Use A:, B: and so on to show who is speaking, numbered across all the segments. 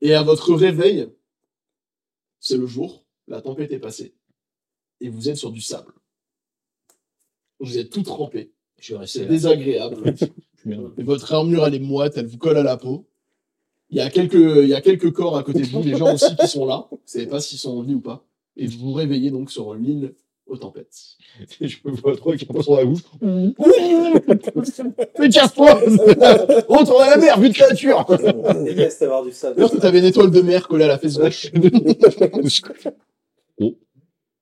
A: Et à votre réveil, c'est le jour, la tempête est passée, et vous êtes sur du sable. Vous êtes tout trempé,
B: Je vais
A: c'est
B: rester là.
A: désagréable.
B: Je vais là.
A: Et votre armure, elle est moite, elle vous colle à la peau. Il y a quelques, il y a quelques corps à côté de vous, des gens aussi qui sont là. Vous savez pas s'ils sont en vie ou pas. Et vous vous réveillez donc sur l'île aux tempêtes.
C: Je peux pas trop qui repose sur la bouche. Mais casse-toi Retourne à la mer, vue de créature
D: Je déteste avoir du sable.
A: D'ailleurs, t'avais une étoile de mer collée à la face gauche.
C: Oh.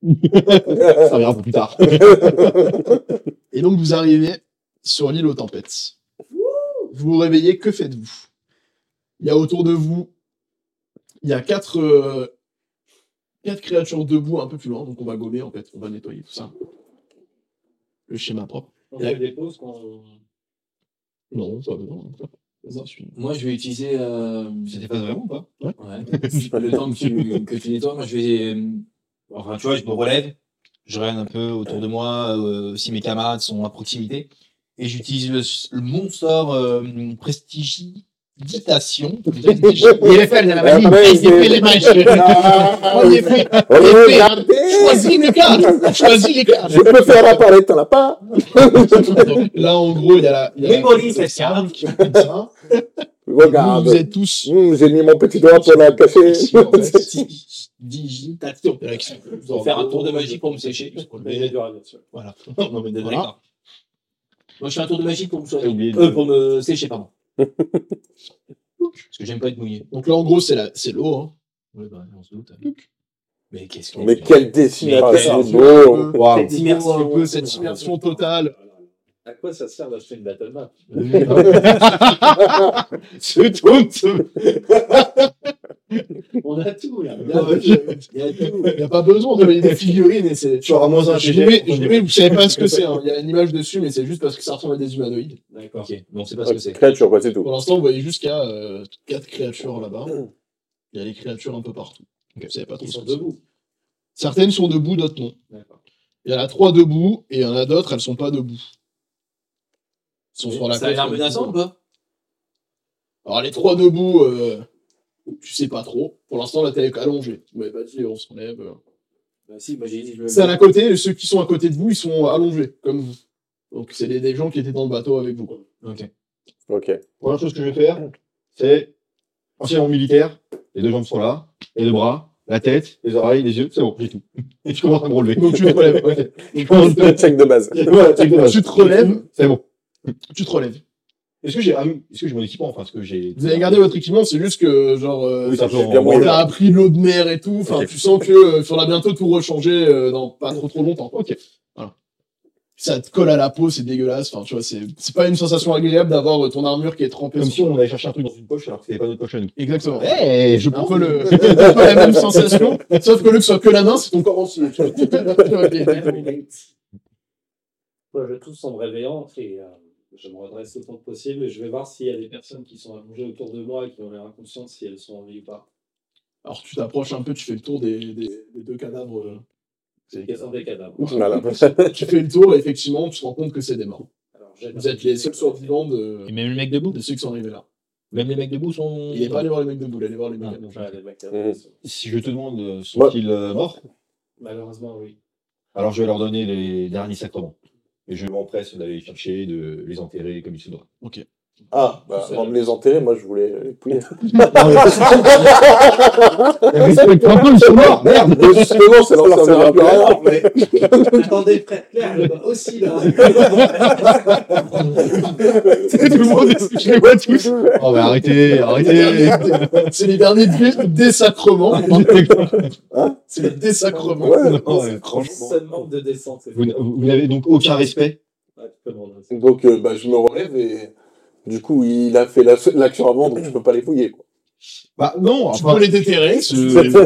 C: Ça viendra plus tard.
A: Et donc, vous arrivez sur l'île aux tempêtes. Vous vous réveillez, que faites-vous Il y a autour de vous, il y a quatre, euh, quatre créatures debout un peu plus loin, donc on va gommer en fait, on va nettoyer tout ça. Le schéma propre.
B: On fait des pauses quand on-
A: Non, ça va, non, ça va. Vas-y, je suis-
B: Moi, je vais utiliser. euh,
C: C'était pas vraiment ou pas
B: Ouais. le temps que tu, que tu nettoies, moi je vais. euh, Enfin, tu vois, je me relève, je regarde un peu autour de moi, euh, si mes camarades sont à proximité, et j'utilise le, le- mon sort euh, prestidigitation.
C: Il est faible, la magie
E: Il s'est fait
C: les
A: Ah,
E: En
C: effet
E: Oh, Regardez
C: Choisis les cartes Choisis les cartes
E: Je peux faire apparaître, t'en as pas
A: Donc, là, en gros, il y a la. il y a la- qui fait ça. Vous,
E: Regarde.
A: vous êtes tous.
E: Hum, J'ai mis mon petit doigt pour la cacher.
A: Ici, en fait.
B: Digitation.
A: Il y en a qui sont-
B: Faut faire un tour de magie pour me sécher. Mais- Voilà. Non, mais d'accord.
A: Voilà.
B: Moi, je fais un tour de magie pour me soigner.
C: J'ai oublié de-
B: Euh, pour me sécher, pardon. Parce que j'aime pas être mouillé.
A: Donc là, en gros, c'est la- c'est l'eau. hein.
B: Ouais, bah, on se doute. Mais qu'est-ce que
E: Mais quelle dessination
B: Mais
E: Ah, beau Waouh.
D: Cette immersion.
A: Un peu cette immersion totale.
F: À quoi ça sert d'acheter une battle map
B: Euh,
C: C'est tout
B: On a tout là.
A: Il n'y a pas besoin de mettre des figurines et c'est.
C: Tu auras moins un
A: Je
C: GG.
A: l'ai mis, je l'ai mis, vous savez pas ce que c'est. hein. Il y a une image dessus, mais c'est juste parce que ça ressemble à des humanoïdes.
B: Ok, bon, c'est pas ce que c'est.
E: Créature, quoi, Ah, c'est tout.
A: Pour l'instant, vous voyez juste qu'il y a euh, quatre créatures là-bas. Il y a des créatures un peu partout. Vous savez pas trop
B: Ils
A: ce
B: sont
A: que c'est.
B: debout.
A: Certaines sont debout, d'autres non.
B: D'accord.
A: Il y en a trois debout et il y en a d'autres, elles sont pas debout. Elles sont sur la
B: Ça a
A: côte,
B: l'air
A: euh,
B: menaçant ou pas
A: Alors les trois debout, euh, tu sais pas trop. Pour l'instant, là, t'es allongé. Ouais, vas-y, on se relève. euh.
B: Bah, Si, moi j'ai dit. je me-
A: Celles à côté, ceux qui sont à côté de vous, ils sont allongés, comme vous. Donc c'est des, des gens qui étaient dans le bateau avec vous. quoi.
B: Ok.
E: Ok.
C: Première chose que je vais faire, c'est enseignement militaire. Les deux jambes sont là, les deux bras, la tête, les oreilles, les yeux, c'est bon, j'ai tout. Et je commence à me relever.
A: Donc tu te relèves. ok.
C: Je commence à-
E: Check de base.
C: Voilà, check de base.
A: Tu te relèves.
C: C'est bon.
A: Tu te relèves.
C: Est-ce que j'ai ah oui, est-ce que j'ai mon équipement Enfin, est-ce que j'ai. Ah
A: Vous avez gardé votre équipement, c'est juste que genre euh,
C: Oui, ça peut
E: J'ai bien
C: en-
E: moyen.
A: t'as appris l'eau de mer et tout. Enfin,
E: Ok.
A: tu sens que euh, faudra bientôt tout rechanger euh, dans pas trop trop longtemps. quoi.
C: Ok.
A: Ça te colle à la peau, c'est dégueulasse. Enfin, tu vois, c'est c'est pas une sensation agréable d'avoir euh, ton armure qui est trempée.
C: Comme
A: sur-
C: si on allait chercher un truc dans une poche alors que c'était pas notre poche à nous.
A: Exactement.
C: Eh, je
A: Un peu, le, un peu la même sensation, sauf que le que ce soit que la main, c'est ton corps entier. tu vois.
F: Moi, je tousse en me réveillant et euh, je me redresse autant que possible et je vais voir s'il y a des personnes qui sont allongées autour de moi et qui ont l'air inconscientes si elles sont en vie ou pas.
A: Alors tu t'approches un peu, tu fais le tour des, des- des deux cadavres. euh, c'est-
F: Quels sont des cadavres
E: Voilà.
A: tu fais le tour et effectivement, tu te rends compte que c'est des morts.
F: Alors, j'ai-
A: Vous êtes les seuls survivants de,
B: Et même les mecs debout
A: de ceux qui sont arrivés là.
B: Même les mecs debout sont.
A: Il est pas allé voir les mecs debout, il est allé voir les mecs.
B: Non,
F: Ouais, les mecs
E: Mhm.
C: Si je te demande, euh, sont-ils euh, morts
F: Malheureusement, oui.
C: Alors je vais leur donner les derniers sacrements. Et je m'empresse d'aller les chercher, de les enterrer comme il se doit.
E: Ah, bah, avant de les enterrer, moi, je voulais les pouiller.
C: Respecte un peu, ils sont morts Merde
E: Justement, c'est leur servira plus à rien.
D: Attendez, frère Claire, le- aussi là.
C: Tout le monde est- je les vois tous Oh mais arrêtez, arrêtez
A: C'est les derniers dé- désacrements. C'est les désacrements.
E: Ouais.
C: Non, mais franchement.
F: Seulement de descente. c'est
C: Vous,
F: tout.
C: n- vous n'avez donc aucun respect
F: Ouais, tu peux me redresser.
E: Donc, euh, bah, je me relève et du coup, il a fait la- l'action avant, donc je peux pas les fouiller. quoi.
C: Bah non,
A: Tu peux les déterrer. ce-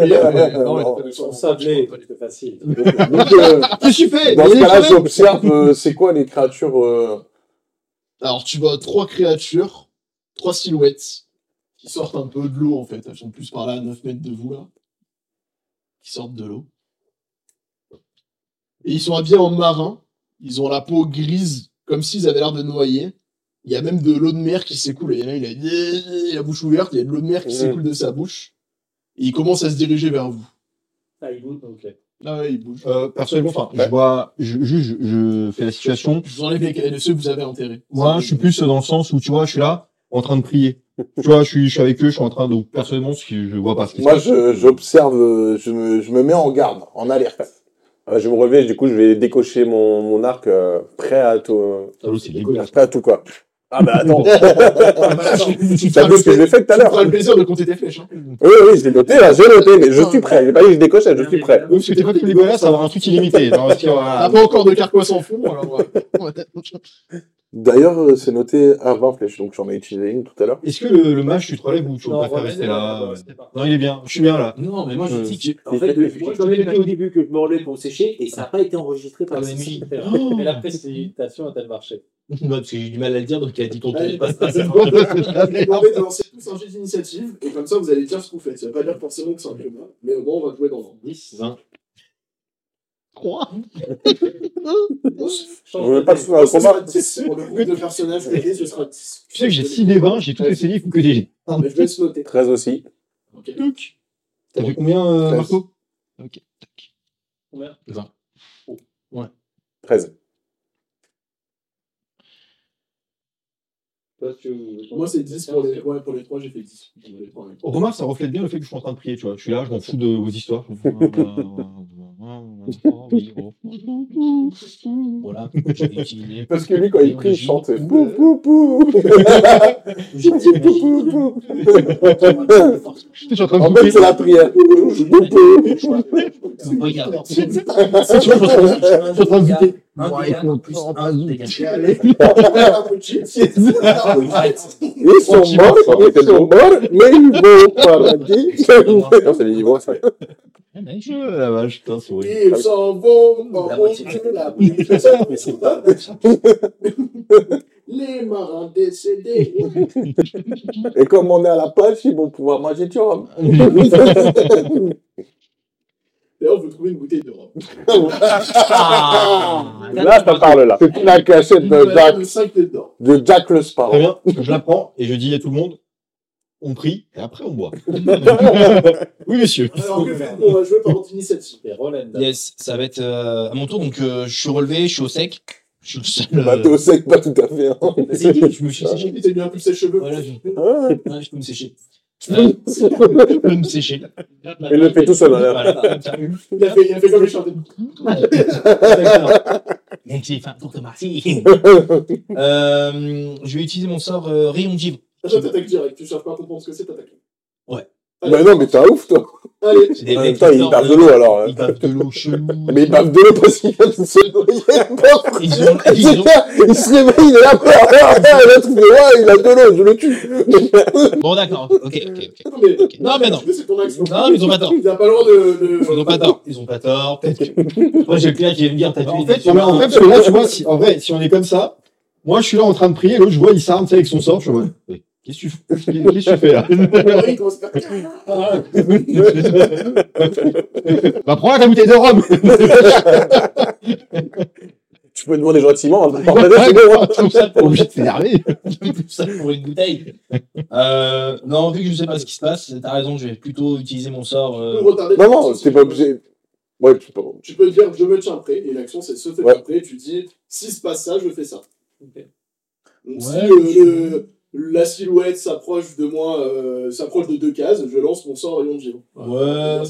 A: les-
E: Alors,
F: Ils sont sablés, c'est facile.
E: donc, euh,
C: Qu'est-ce que tu fais
E: dans ce
C: Les
E: cas-là,
C: feux
E: j'observe euh, c'est quoi les créatures. euh,
A: Alors tu vois trois créatures, trois silhouettes qui sortent un peu de l'eau en fait. Elles sont plus par là, à 9 mètres de vous là. Qui sortent de l'eau. Et ils sont habillés en marin. Ils ont la peau grise, comme s'ils avaient l'air de noyer. Il y a même de l'eau de mer qui s'écoule. Il y en a, il a il a la bouche ouverte, il y a de l'eau de mer qui
G: Mhm.
A: s'écoule de sa bouche. Et il commence à se diriger vers vous.
H: Ah, il bouge, ok.
A: Ah ouais, il bouge.
C: Euh, personnellement, enfin,
G: Ouais.
C: je vois, je, juge, je fais la situation.
A: Je vous enlève les, les- ceux que vous avez enterrés.
C: Moi, je suis plus euh, dans le sens où, tu vois, je suis là, en train de prier. Tu vois, je suis, je suis avec eux, je suis en train de, donc, personnellement, ce que je vois pas ce qui se
G: Moi,
C: passe.
G: je- j'observe, euh, je, me- je me mets en garde, en alerte.
E: Euh, je me réveille, du coup, je vais décocher mon, mon arc euh, prêt à tout. euh,
C: Salaud, c'est dégueulasse.
E: prêt à tout quoi. Ah bah attends,
A: Ah, voilà, tu- tu
E: t'as
A: feras
E: vu
A: le-
E: ce que j'ai fait tout à
A: tu
E: l'heure.
A: feras le plaisir de compter tes flèches. hein.
E: Oui, oui, j'ai noté, là, j'ai noté, mais je suis prêt. J'ai pas dit que je décochais, je suis prêt.
C: Oui, parce que t'es pas plus dégueulasse, avoir un truc illimité. Non, parce que,
A: On n'a
C: voilà.
A: pas encore de carquois sans fond, alors ouais. on va peut-être-
G: D'ailleurs, euh, c'est noté à 20 flèches, donc j'en ai utilisé une tout à l'heure.
C: Est-ce que le, le match, tu te relèves ou tu
H: Non,
C: préfères
H: remets-
C: rester là
H: ouais,
C: euh,
H: c'était pas-
C: Non, il est bien. Je suis bien là.
B: Non, mais moi je
G: Euh,
B: dis que j'ai-
D: En fait,
G: Faites-le.
D: moi, j'avais dit au début que je me relevais pour sécher et ça n'a pas été enregistré par
B: Ah,
D: le
B: mais
D: MJ.
B: oui.
H: Mais la précipitation a-t-elle marché
B: Non, parce que j'ai du mal à le dire, donc il a dit ton tour.
A: Allez,
B: passe.
A: passez. Je vais demander de lancer tous un jeu d'initiative, et comme ça vous allez dire ce que vous faites. Ça veut pas dire forcément que c'est un jeu de moi, mais au moins on va jouer dans l'ordre.
B: 10, 20.
A: 3
E: Je voulais pas que ce soit un
A: Ce
E: combat.
A: sera 10. Pour le groupe de personnages créés, ce sera 10.
C: Tu sais que j'ai 6 des 20, j'ai tout essayé, il faut que des G.
A: Ah, mais je vais se noter.
E: 13 aussi.
A: Ok.
C: T'as fait combien, euh, Marco
H: Combien
B: 20.
E: 13.
H: Toi, tu-
A: Moi c'est 10 pour les, ouais, pour les 3, j'ai fait 10. Pour les trois, ouais.
C: Remarque, ça reflète bien le fait que je suis en train de prier, tu vois. Je suis là, je m'en fous de vos histoires.
B: Voilà, j'ai utilisé.
G: Parce que lui, quand il prie, il chante. euh, Pou, pou, pou. Pou, pou, pou.
C: Je suis en train
G: En fait, c'est la prière. Pou, pou.
B: Regarde.
C: suis en train de douter.
B: Un dégât, plus un dégât. Ah,
G: Ils sont
C: Sentiment,
G: morts,
C: ça,
G: ils sont morts, mais ils vont au paradis.
E: Non, c'est les livres, ça.
B: Ah, nice.
C: Euh, La vache, putain, c'est horrible.
A: Ils s'en vont en
B: La
A: route
B: moitié.
A: de la pluie. Les marins décédés.
G: Et comme on est à la pêche, ils vont pouvoir manger du rhum.
A: D'ailleurs, vous trouvez une bouteille de rhum.
B: Ah,
E: Là, ça parle là.
G: C'est la cachette
A: Une
G: de Jack,
A: valeur de 5 dedans.
G: de Jack le
C: Très
G: Sparrow.
C: bien, je la prends et je dis à tout le monde, on prie et après on boit. oui, monsieur.
A: Alors que faites On va jouer par ordre d'initiative.
H: C'est Roland.
F: ah.
B: Yes, ça va être euh, à mon tour. Donc, euh, je suis relevé, je suis au sec. Je suis le seul.
G: Bah,
B: euh,
G: t'es au sec, pas tout à fait. hein.
B: C'est dit, je me suis séché.
A: Il t'a mis un peu ses cheveux.
B: Voilà, je,
G: Hein
B: ouais, je peux me sécher. Euh, je peux me sécher.
E: Il le fait tout seul. hein, là.
B: Voilà, comme ça.
A: Il a fait, il a fait comme les chanteurs.
B: Mec, j'ai fait un tour de Marseille. Euh, je vais utiliser mon sort euh, Rayon de Givre.
A: Attends, t'attaques direct. Tu cherches pas à comprendre ce que c'est, t'attaques.
B: Ouais.
A: Allez,
G: Bah non, mais t'es un ouf, toi. Euh,
A: Allez,
B: C'est des
E: En
B: mecs
E: même
B: qui
E: temps, il
B: sortent
E: parle de l'eau alors. hein.
B: euh, Ils bavent de l'eau chelou.
G: Mais ils bavent de l'eau parce qu'il vient de se noyer. Pauvre.
B: Ils ont,
G: C'est
B: ils ont-
G: ça, Il se réveille, il est là. L'autre, il est là, il a de l'eau, je le tue.
B: Bon, d'accord. Ok, ok, ok.
A: non, mais.
B: ok. Non, mais non.
A: C'est ton action.
B: Non, mais ils ont pas tort.
A: Il a pas le droit de. de-
B: Ils ont pas tort. Ils ont pas tort. Peut-être que- Moi, j'ai le client qui vient me dire, t'as tué
C: En
B: des
C: fait, non, mais en fait, parce que là, tu vois, si, en vrai, si on est comme ça, moi je suis là en train de prier, l'autre, je vois, il s'arme, tu sais, avec son sort, je suis en mode, mais qu'est-ce que tu fais Qu'est-ce que tu fais là
A: Alors, il commence par-
C: Bah, prends ta bouteille de rhum
E: Tu peux demander gentiment. hein, de
C: Bah,
E: porter la- c'est bon, hein.
C: Tout ça, t'es obligé de s'énerver.
B: tout ça pour une bouteille. Euh, non, vu que je sais pas ce qui se passe, t'as raison, je vais plutôt utiliser mon sort.
A: Ou
B: euh,
A: retarder
E: Non,
A: l'action,
E: non,
A: si
E: t'es
A: tu
E: pas
A: veux.
E: obligé. Ouais, tu peux.
A: Tu peux dire je me tiens prêt, et l'action c'est se faire
E: Ouais.
A: prêt, tu dis si se passe ça, je fais ça.
H: Ok.
A: Donc,
B: Ouais,
A: si euh, le- la silhouette s'approche de moi, euh, s'approche de deux cases, je lance mon sort rayon de géo.
B: Ouais,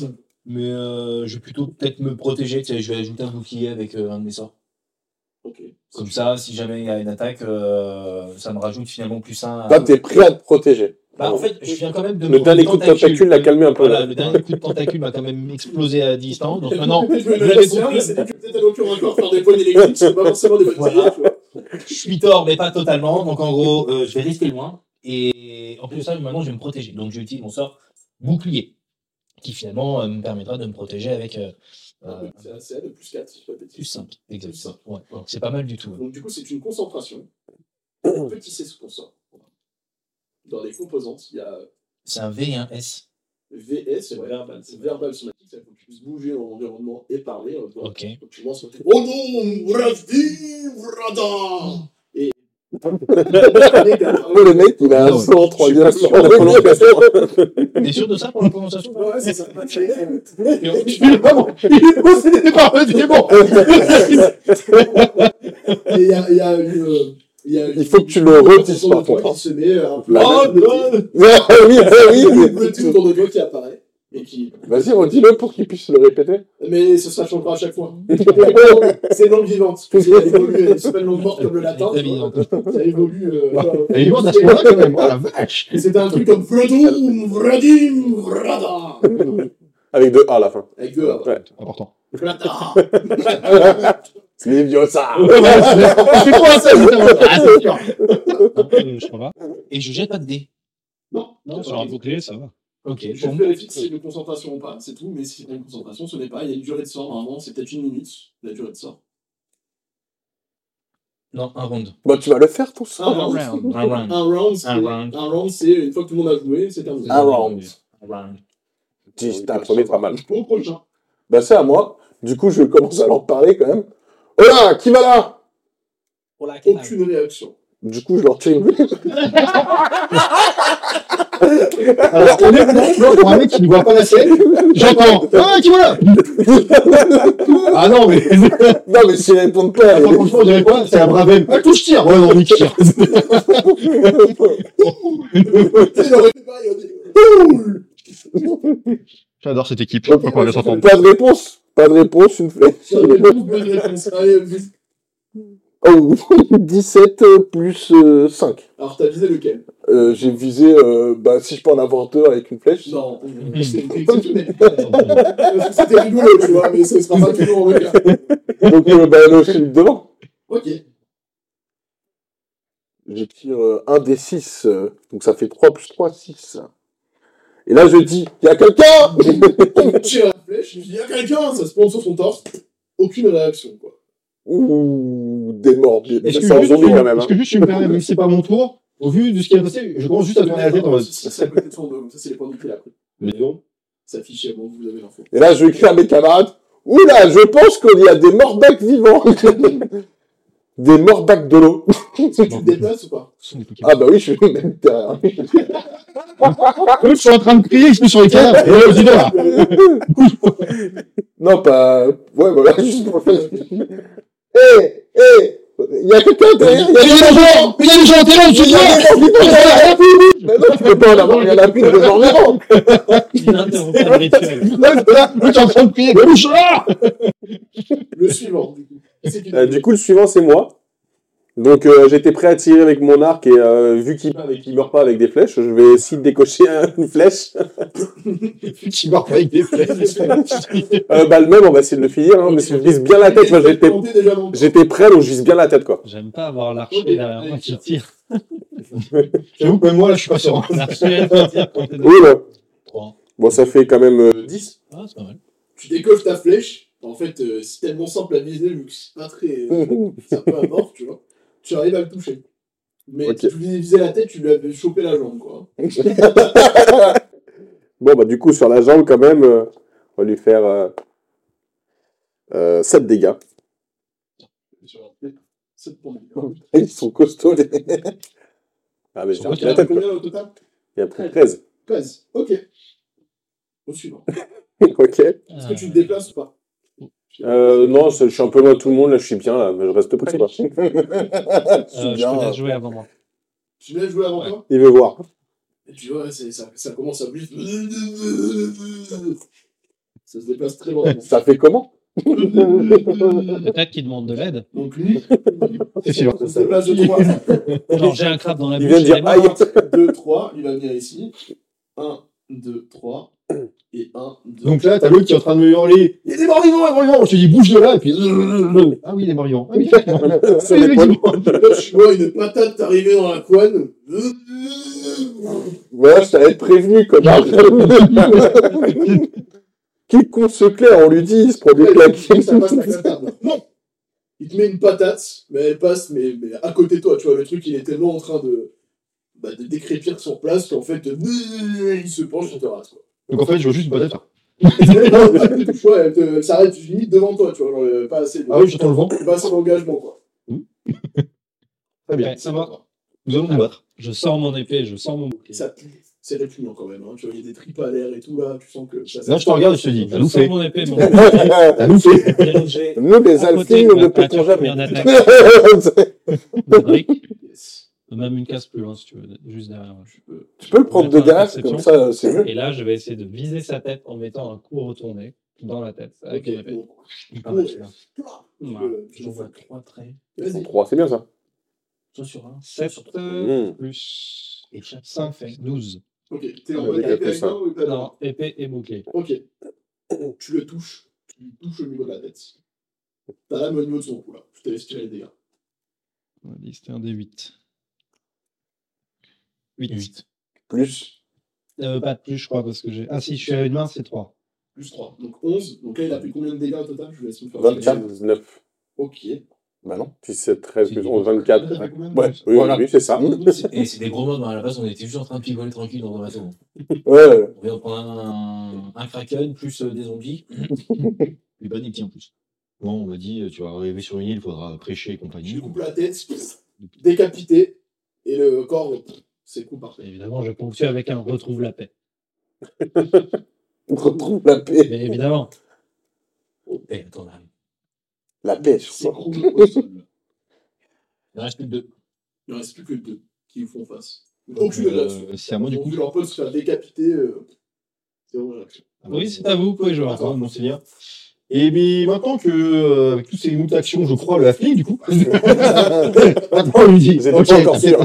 B: mais euh, je vais plutôt peut-être me protéger. tu sais, Je vais ajouter un bouclier avec euh, un de mes sorts.
A: Ok.
B: Comme ça, si jamais il y a une attaque, euh, ça me rajoute finalement plus un. à-
E: Là, Bah, t'es prêt à te protéger.
B: Bah, en fait, je viens quand même de
E: Le dernier coup de tentacule l'a calmé un peu.
B: Voilà,
E: là.
B: le dernier coup de tentacule m'a quand même explosé à distance. Donc maintenant,
A: je me
B: vous
A: notais
B: l'avez
A: bien, mais
B: compris,
A: c'est des peut-être à l'autre encore faire des poignées électriques, c'est pas forcément des bonnes
B: Voilà.
A: idées, tu vois.
B: je suis tort, mais pas totalement. Donc en gros, euh, je vais rester loin. Et en plus de ça, maintenant, je vais me protéger. Donc j'utilise mon sort bouclier, qui finalement euh, me permettra de me protéger avec euh, euh,
A: C'est un CA de plus 4, si je répète.
B: plus 5. Exactement. Ouais, ouais, c'est pas mal du tout. ouais.
A: Donc du coup, c'est une concentration. Un Petit C ce qu'on sort. Dans les composantes, il y a
B: C'est un V et un S.
A: VS, c'est
H: Verbal.
A: verbal somatique, c'est-à-dire qu'on puisse bouger dans l'environnement et parler. euh, voilà.
B: Ok.
A: Donc tu lances. Oh non, Vravdi, Vrada Et
G: Oh, le mec, il a un
B: Non,
G: sang, trois
B: je suis pas
G: diamants.
B: T'es sûr de ça pour la prononciation
D: Ouais, c'est ça.
A: Il est possédé par le démon Et il y a, il y a une. euh, Il, y a une-
G: Il faut que tu le
A: une
G: retisses
A: sensation
G: par
A: de toi
G: contre.
A: qui se met euh, un peu.
G: La-
A: le petit-
G: Ah, oui, ah,
A: le
G: oui.
A: petit autour de toi qui apparaît. Et qui...
G: Vas-y, redis-le pour qu'il puisse le répéter.
A: Mais ce sera changera à chaque fois. c'est une langue vivante. Elle évolue, elle- C'est pas une langue morte comme le latin. tu vois. Ça évolue. euh,
C: Et il monte à ce moment-là quand même. Oh la vache
A: C'est un truc comme Vlodoum, Vradim, Vrada.
E: Avec deux A à la fin.
A: Avec deux A.
E: Ouais.
C: Important.
A: Vrada.
E: C'est ça
C: Je suis trop à ça, putain. Ah, c'est sûr.
B: Je crois pas. Et je jette pas de dés.
A: Non, non,
H: Sur un bouclier, ça va.
B: Ok.
A: Je vérifie si c'est une concentration ou pas, c'est tout, mais si c'est pas une concentration, ce n'est pas. Il y a une durée de sort, normalement, c'est peut-être une minute, la durée de sort.
B: Non, un round.
E: Bah, tu vas le faire ton
A: Un round.
B: round. Un round.
A: Un round, c'est-
B: Un round.
A: un round, c'est une fois que tout le monde a joué, c'est terminé.
E: Ah. round.
B: Un round.
E: Dis, t'as premier, pas mal.
A: Au prochain.
E: Bah, c'est à moi. Du coup, je commence à leur parler quand même. Oh là, qui va là
D: Pour la canne.
A: Aucune réaction.
E: Du coup, je leur tire une
C: Alors, honnêtement, pour un mec qui ne voit pas la scène, j'entends. Ah, qui voilà Ah non, mais.
E: Non, mais s'ils répondent pas,
C: Attends, franchement, on dirait quoi C'est un brave Ah, tout je tire Ouais, non, lui qui tire.
A: Il aurait fait pareil, on dit,
C: J'adore cette équipe.
E: Ok,
C: Pourquoi on les entend
E: pas de réponse. Pas de réponse, une flèche.
A: ça aurait été beaucoup de réponses. Ah, Allez, vas-y.
E: Oh, 17 euh, plus 5.
A: Alors, t'as visé lequel
E: J'ai visé, euh, bah, si je peux en avoir deux avec une flèche.
A: Non, c'est exceptionnel. Parce que C'était rigolo, tu vois, mais ce sera pas toujours en regard.
E: Donc, euh, bah, le film devant.
A: Ok.
E: Je tire euh, un des 6. donc, ça fait 3 plus 3, 6. Et là, je dis, il y a quelqu'un
A: Tu tires la flèche, je dis, il y a quelqu'un, ça se prend sur son torse. Aucune réaction, quoi.
E: Ouh, des morts. des-
C: Est-ce que,
E: C'est en
C: juste,
E: zombie
C: tu-
E: quand même. hein.
C: est-ce que juste tu me permets, même si c'est pas mon tour, au vu de ce qui est passé, je commence juste à tourner la tête en mode.
A: Ça, c'est à côté de son dos, ça, c'est les points de vie qu'il a pris.
C: Mais non.
A: S'afficher, euh, bon, vous avez l'info.
E: Et là, je crie à mes camarades Oula, je pense qu'il y a des morbacs vivants Des morbacs de l'eau.
A: Est-ce que tu te déplaces ou pas
E: Ah bah oui, je vais me mettre derrière.
C: Comme Ah, je suis en train de crier, je suis sur les cadres, et là, je dis non, là.
E: Non, pas. Ouais, voilà, Eh, juste pour faire. Hé Hé Y'a quelqu'un derrière
C: Il y a des gens Il y a des gens, t'es là, tu vois
E: Mais non, tu peux pas en avoir, y'en a plus de morts vivants
H: Il interrompt le rituel.
C: Là, t'es là, là, t'es en train de crier, Ah bouge là
A: Le suivant, du coup. C'est une-
E: Euh, Du coup, le suivant, c'est moi. Donc, euh, j'étais prêt à tirer avec mon arc et euh, vu qu'il meurt et qu'il meurt pas avec des flèches, je vais essayer de décocher une flèche.
C: Tu meurs pas avec des flèches.
E: Euh, bah, le même, on va essayer de le finir, hein, mais si je vise bien la tête, moi,
A: Il était
E: j'étais
A: planté déjà longtemps.
E: J'étais prêt, donc je vise bien la tête, quoi.
H: J'aime pas avoir
A: Ok,
H: l'archer derrière moi
A: allez,
H: qui
A: tire.
H: tire.
C: J'avoue que même moi, là, je suis pas serein.
H: L'archer qui tire quand t'es
E: Oui, là.
B: Trois.
E: Bon, ça fait quand même euh, 10.
B: Ah, c'est pas mal.
A: Tu décoches ta flèche. En fait, euh, c'est tellement simple à viser, vu que c'est pas très. euh, c'est un peu à mort, tu vois. Tu arrives à le toucher. Mais
E: Ok.
A: tu lui visais la tête, tu lui avais chopé la jambe, quoi.
E: Bon, bah, du coup, sur la jambe, quand même, euh, on va lui faire 7 dégâts.
A: C'est pour lui.
E: Ils sont costauds, les. ah, mais j'ai
B: Ils sont
E: perdu
A: Tu as
E: la
A: fait
E: tête, quoi.
A: combien au total
E: Il y a plus de 13.
A: 13. Ok. Au suivant.
E: ok.
A: Est-ce que tu te déplaces ou pas
E: Euh, non, je suis un peu loin de tout le monde, là, je suis bien, là, mais je reste près, quoi.
H: Euh, je
E: bien,
H: te
E: euh,
H: laisse jouer avant moi.
A: Tu l'as joué avant toi
E: Il veut voir.
A: Et tu vois, c'est- ça, ça commence à bouger. Ça se déplace très lentement.
E: Ça fait comment
H: Peut-être qu'il demande de l'aide.
A: Donc lui,
C: C'est sûr.
A: ça se déplace de 3.
H: Genre, j'ai un crabe dans la
E: Il
H: bouche.
E: vient de
H: il est
E: dire
H: mort.
E: aïe
A: 2, 3, il va venir ici. 1, 2, 3, et 1, 2.
C: Donc là, t'as l'autre qui est en train de me hurler. Il y a des morts vivants, des morts vivants. Je te dis, bouge de là, et puis. euh, Ah oui, des morts vivants. Ah oui,
E: sur les poils.
A: là, je vois une patate arriver dans la couenne.
E: Voilà, je t'avais prévenu, connard. Quiconque se claire, on lui dit, il se prend des claques.
A: Ça passe la patate. Non Il te met une patate, mais elle passe mais, mais à côté de toi. Tu vois, le truc, il est tellement en train de, bah, de décrépir sur place qu'en fait, il se penche et te rase. Quoi.
C: Donc en fait, je veux juste une patate.
A: Tu vois, elle te- elle s'arrête limite devant toi, tu vois, genre, euh, pas assez de,
C: Ah oui, j'entends le vent.
A: pas assez d'engagement, quoi.
C: Très bien.
H: Ça va.
C: Nous allons nous battre.
H: Je sors mon épée, je sors mon
A: Et
H: bouclier.
A: ça pue. C'est répugnant quand même. Hein. Tu vois, il y a des tripes à l'air et tout là. Tu sens que ça.
C: Là, je te regarde et je te dis, t'as
H: Je sors
C: loupé.
H: mon épée, mon
G: Ah,
C: T'as loupé.
H: bouclier.
E: Nous, les
H: À côté,
E: alphines, nous ne
H: bah,
E: pétons
H: attaque,
E: jamais.
H: première attaque. Le brick. Même une case plus loin, si tu veux, juste derrière. Je peux-
G: Tu peux le prendre de
H: Attends,
G: derrière,
H: perception.
G: comme ça, c'est mieux.
H: Et là, je vais essayer de viser sa tête en mettant un coup retourné dans la tête. Avec
A: Ok,
H: une épée.
A: bon.
H: Il
C: Ah, bah,
A: cours.
H: Voilà.
A: Tu
H: J'envoie
A: fais-
H: 3 traits.
A: Vas-y.
E: 3, c'est bien ça.
H: 2 sur 1. 7
E: Mm.
H: plus 5 fait 12.
A: Ok, t'es en
E: Ah,
A: mode
E: ouais,
A: épée
E: ouais,
A: avec
E: ça.
A: un ou t'as
H: Non, épée et bouclier.
A: Ok. Tu le touches. Tu le touches au niveau de la tête. T'as la au niveau de son cou là. Tu t'es laissé tirer les dégâts.
H: On a dit c'était un des 8. 8.
G: Plus.
H: Euh, pas de plus, je crois, parce que j'ai. Ah si, je suis à une main, c'est 3.
A: Plus 3. Donc 11. Donc là, il a fait combien de dégâts au total Je vous laisse me faire
E: 24.
G: 19.
A: Ok.
G: Bah non. 17, 13,
B: C'est
G: plus
B: du
G: 11,
A: Il
G: 24.
A: a fait combien de
E: Ouais, Hmm.
A: dégâts
E: oui,
G: Voilà.
E: oui, c'est ça.
B: Et c'est des gros modes, mais à la base, on était juste en train de pivoler tranquille dans un bateau.
G: Ouais.
B: On vient de prendre un, un kraken plus euh, des zombies. Et pas des petits en plus. Bon, on m'a dit, euh, tu vas arriver sur une île, il faudra prêcher et
A: Je lui
B: compagnie.
A: coupe la tête, décapité, et le corps, pff, c'est coup parfait.
H: Évidemment, je ponctue avec un retrouve la paix.
G: On retrouve la paix.
H: Mais évidemment.
B: Eh, attends, là.
G: La paix, je crois.
A: S'écroule au sol.
B: Il en reste plus que deux.
A: Il ne reste plus que deux qui vous font face. Aucune
B: Euh,
A: réaction.
B: c'est à moi du
A: Ils ont
B: coup.
A: vu leur pote se faire décapiter. euh, Zéro réaction.
H: Ah, Oui, c'est à vous, vous pouvez jouer.
C: Ah, bon, c'est bien. Et bien, maintenant que, euh, avec toutes ces mutations, je crois, le halfling, du coup. maintenant, on lui dit,
G: Vous étiez
C: ok,
G: pas encore sûr.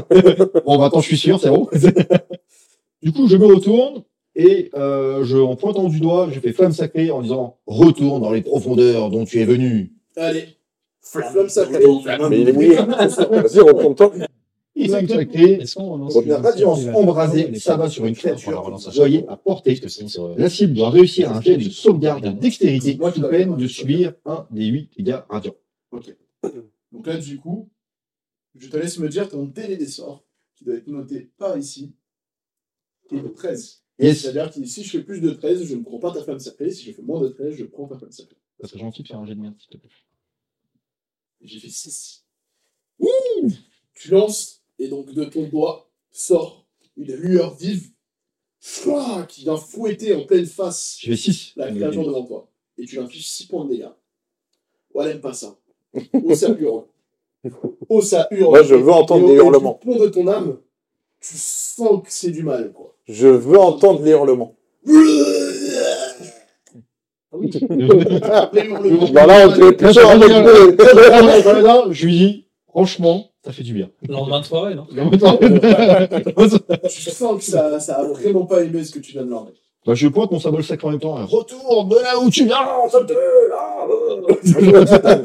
C: bon, maintenant, je suis sûr, c'est bon. du coup, je me retourne et euh, je, en pointant du doigt, je fais flamme sacrée en disant, retourne dans les profondeurs dont tu es venu.
A: Allez, flamme sacrée.
E: Mais il est mouillé. Vas-y, reprends le temps.
C: Et flamme sacrée,
H: Est-ce qu'on relance
C: la
H: le-
C: radiance embrasée s'abat sur une créature voyez à portée. La cible doit réussir un jet de sauvegarde de dextérité sous peine de subir un des 8 dégâts radiants.
A: Donc là, du coup, je te laisse me dire ton délai des sorts, qui doit être noté par ici, qui est de 13.
C: Yes,
A: C'est-à-dire que si je fais plus de 13, je ne prends pas ta flamme sacrée. Si je fais moins de 13, je prends ta flamme sacrée.
H: Ça serait gentil de faire un jet de merde, s'il te plaît.
A: J'ai fait 6. Tu lances, et donc de ton doigt sort une lueur vive fouah, qui vient fouetter en pleine face
C: je fais 6.
A: la créature devant toi. Et tu lui infliges 6 points de dégâts. Oh, elle aime pas ça. Oh, ça hurle. Oh, ça hurle.
E: Moi, je veux entendre
A: Et au-
E: des
A: et du
E: hurlements.
A: fond de ton âme, tu sens que c'est du mal, quoi.
E: Je veux entendre les hurlements.
A: Les hurlements.
E: Bah là, on te
C: Là,
E: plus en mode-
C: je lui dis, franchement, ça fait du bien.
H: Lendemain de soirée, non
A: Tu sens que ça, ça a vraiment pas aimé ce que tu viens de leur dire.
C: Bah, je pointe mon symbole sacré en même temps. hein. Retourne de là où tu viens, sale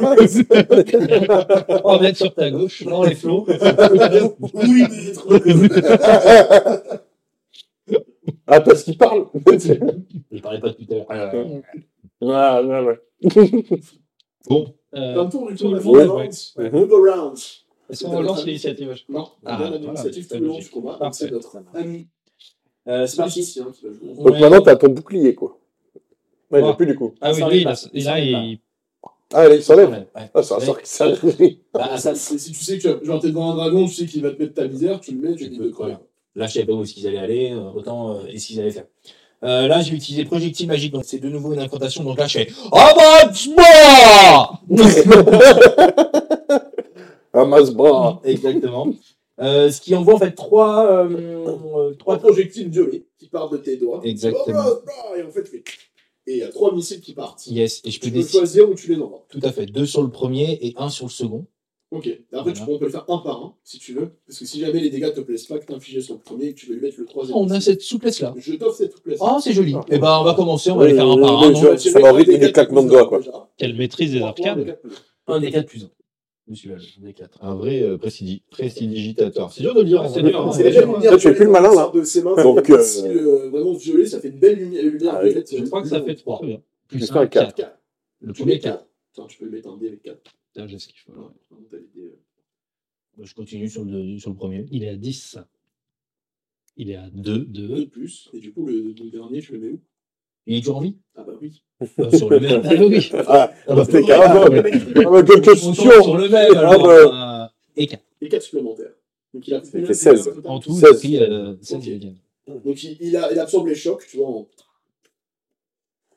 H: En mettre sur ta gauche, dans les flots.
A: Oui, maître.
E: Ah, parce qu'il parle.
B: Je parlais pas depuis tout à l'heure.
E: Ah, ouais, ouais.
H: Euh,
A: Dans le tour du tour,
H: tout
A: la
H: le
A: fin de
H: monde,
A: round.
H: ouais.
A: Double round.
H: Euh, Est-ce qu'on relance l'initiative
A: Non, on
H: Ah,
A: donne
H: voilà,
A: l'initiative
H: c'est
A: tout le long
H: logique.
A: du combat. donc
H: Parfait.
A: C'est notre ami.
D: Euh,
A: C'est
D: c'est
A: parti.
D: parti.
A: ici, hein, qui va jouer.
E: Donc
H: Ouais.
E: maintenant, t'as ton bouclier, quoi. Ouais, il l'a
H: Ah.
E: plus du coup.
H: Ah oui,
D: Ça
H: lui, il a-
D: arrive pas.
H: il
D: Ça
H: a-
D: arrive
H: il-
E: Ah, il s'enlève.
B: Ouais.
E: Ah, c'est un
B: Mais-
E: sort qui s'arrête.
D: Bah, ça,
A: Si si tu sais que tu as- genre t'es devant un dragon, tu sais qu'il va te mettre ta misère, tu le mets, tu
B: Tu
A: dis
B: peux,
A: de quoi.
B: Là, je savais pas où est-ce qu'ils allaient aller, euh, autant euh, est-ce qu'ils allaient faire. Euh, là, j'ai utilisé projectile magique, donc c'est de nouveau une incantation. Donc là, je fais Ah bah, Avancement
E: Amasse bras.
B: Exactement. Euh, ce qui envoie en fait trois, euh, euh,
A: Trois
B: trois
A: projectiles violets qui partent de tes doigts.
B: Exactement.
A: Oh, oh, oh, Et en fait, tu fais- et il y a trois missiles qui partent.
B: yes, et je peux
A: Tu peux
B: décider.
A: choisir où tu les envoies.
B: Tout à fait, deux sur le premier et un sur le second.
A: Ok. Après, tu peux, on peut le faire un par un, si tu veux. Parce que si jamais les dégâts te plaisent pas, que t'infliges sur le premier et que tu veux lui mettre le troisième.
B: On a cette souplesse là.
A: Je t'offre cette place.
B: Oh, c'est joli. Eh ben, on va commencer, on va les faire un
E: Oui,
B: par
E: oui,
B: un.
E: oui,
B: non
E: je- ça va au rythme du claquement de doigts, quoi.
H: Quelle maîtrise des arcades.
B: Un des quatre plus un. Je suis là, un des quatre.
C: Un vrai euh, prestigi- prestidigitateur. C'est dur de le dire. hein.
H: C'est dur, hein.
A: C'est déjà
E: Toi, tu fais plus le malin, là.
A: De ses mains,
E: Donc,
A: c'est
E: euh,
A: facile, euh, vraiment violet, ça fait une belle lumière. lumière
E: Ah oui,
A: violette.
H: Je crois que ça fait 3.
E: Plus
H: Plus
E: un,
H: 1, 4.
E: quatre.
A: Quatre.
B: Le
A: Tu mets
B: premier quatre.
A: 4. Attends, tu peux mettre un dé avec 4.
H: Putain, j'ai ce qu'il faut.
A: euh.
B: Je continue sur le, sur le premier.
H: Il est à 10. Il est à 2.
A: 2
H: 2.
A: de plus. Et du coup, le, le dernier, je le mets où
B: Il est toujours en vie
A: Ah bah oui.
B: Euh, Sur le même.
E: Ah, bah, c'était carrément. Ah, bah, quelle
B: On tourne
E: question.
B: sur le même.
E: Ah,
B: Alors,
E: bah.
B: euh, et quatre.
A: et 4 supplémentaires. Donc il a
E: fait 16.
B: En tout,
E: Seize.
B: depuis euh, seize
A: Ok.
B: Gilligan.
A: Donc il, il a- il absorbe les chocs, tu vois. en-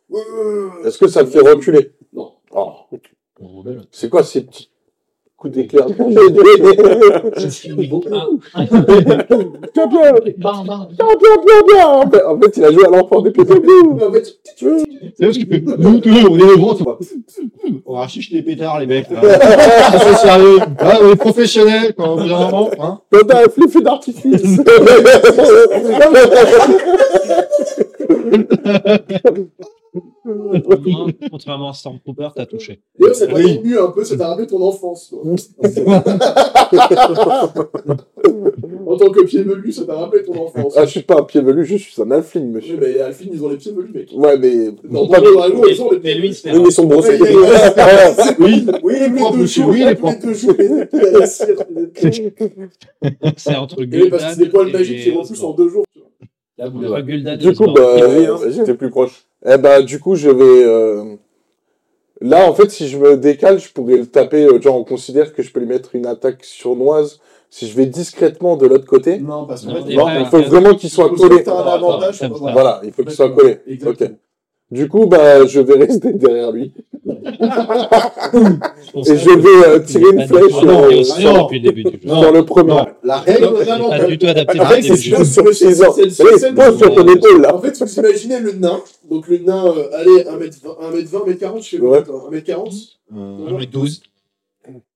A: Ouais, ouais, ouais, ouais.
E: Est-ce que ça te fait reculer
A: Non.
E: Oh,
B: On rebelle.
E: c'est quoi ces petits coups d'éclair
B: Je suis niveau 1.
E: Bien, bien,
B: Bam, bam.
E: bien, bien, bien, bien. En fait- En fait, il a joué à l'enfant des pétardous.
A: Mais en fait,
C: C'est parce que nous, tous les deux, on est les grands, tu vois. On rachiche les pétards, les mecs. là. Ça, C'est sérieux. Ah, on est professionnels, quoi, au bout d'un moment. Hein.
E: T'as un flippé d'artifice.
F: Contrairement à Stormtrooper, t'as touché.
A: d'ailleurs, ça t'a ému un peu, ça t'a rappelé ton enfance. quoi. en tant que pied velu, ça t'a rappelé ton enfance.
E: Ah, je suis pas un pied velu, je suis un alphine,
A: Oui,
E: monsieur.
A: mais Alphine, ils ont les pieds velus, mec.
E: Ouais, Ah, mais.
A: Dans
E: Pas-
A: Donjons et Dragons, ils ont les
I: Mais
A: pieds
I: lui, il se fait
E: Oui, mais ils sont brossés.
A: Oui,
C: Oui,
A: Oui, les
E: Oh,
C: propres,
A: deux
C: monsieur,
A: joues,
C: oui, les
A: les
C: propres.
A: deux joues, les deux pieds à la cire.
F: C'est entre
A: Et oui, parce que
F: Gul'dan
A: c'est des poils
F: et-
A: magiques qui repoussent en deux jours. tu vois.
B: Là, vous
F: entre Gul'dan et
E: Du coup,
F: Snorlax.
E: bah,
J: Oui, hein,
E: vas-y.
J: T'es plus proche.
E: Eh ben, du coup, je vais. euh, Là, en fait, si je me décale, je pourrais le taper. euh, Genre, on considère que je peux lui mettre une attaque sournoise. Si je vais discrètement de l'autre côté.
A: Non, parce que
F: Non,
A: t'es
F: Et
E: Non,
F: ouais,
E: il faut
F: ouais.
E: vraiment qu'il soit
A: Faut que
E: collé.
A: t'as un avantage.
F: ça-
A: pour
F: ça-
A: avoir-
E: Voilà, il faut qu'il soit collé.
A: Exactement.
E: Du coup, bah, je vais rester derrière lui.
F: On
E: Et
F: sait
E: je
F: que
E: vais euh,
F: il
E: tirer
F: est
E: une
F: pas du
E: flèche
F: tout adapté au
E: euh,
F: sort
C: non.
F: depuis le début du jeu.
E: sur le premier.
C: Non.
A: La règle,
F: Il est pas du tout adapté
E: Ah,
F: depuis le
E: c'est
F: début du
E: sûr,
F: jeu.
E: sur le cisor.
A: C'est le seul-
E: Allez,
A: c'est le
E: pose sur ton épaule, là.
A: En fait, vous imaginez le nain. Donc le nain, euh, allez, 1m20, 1m40, je sais
E: Ouais.
A: pas, attends, 1m40.
B: On met 12.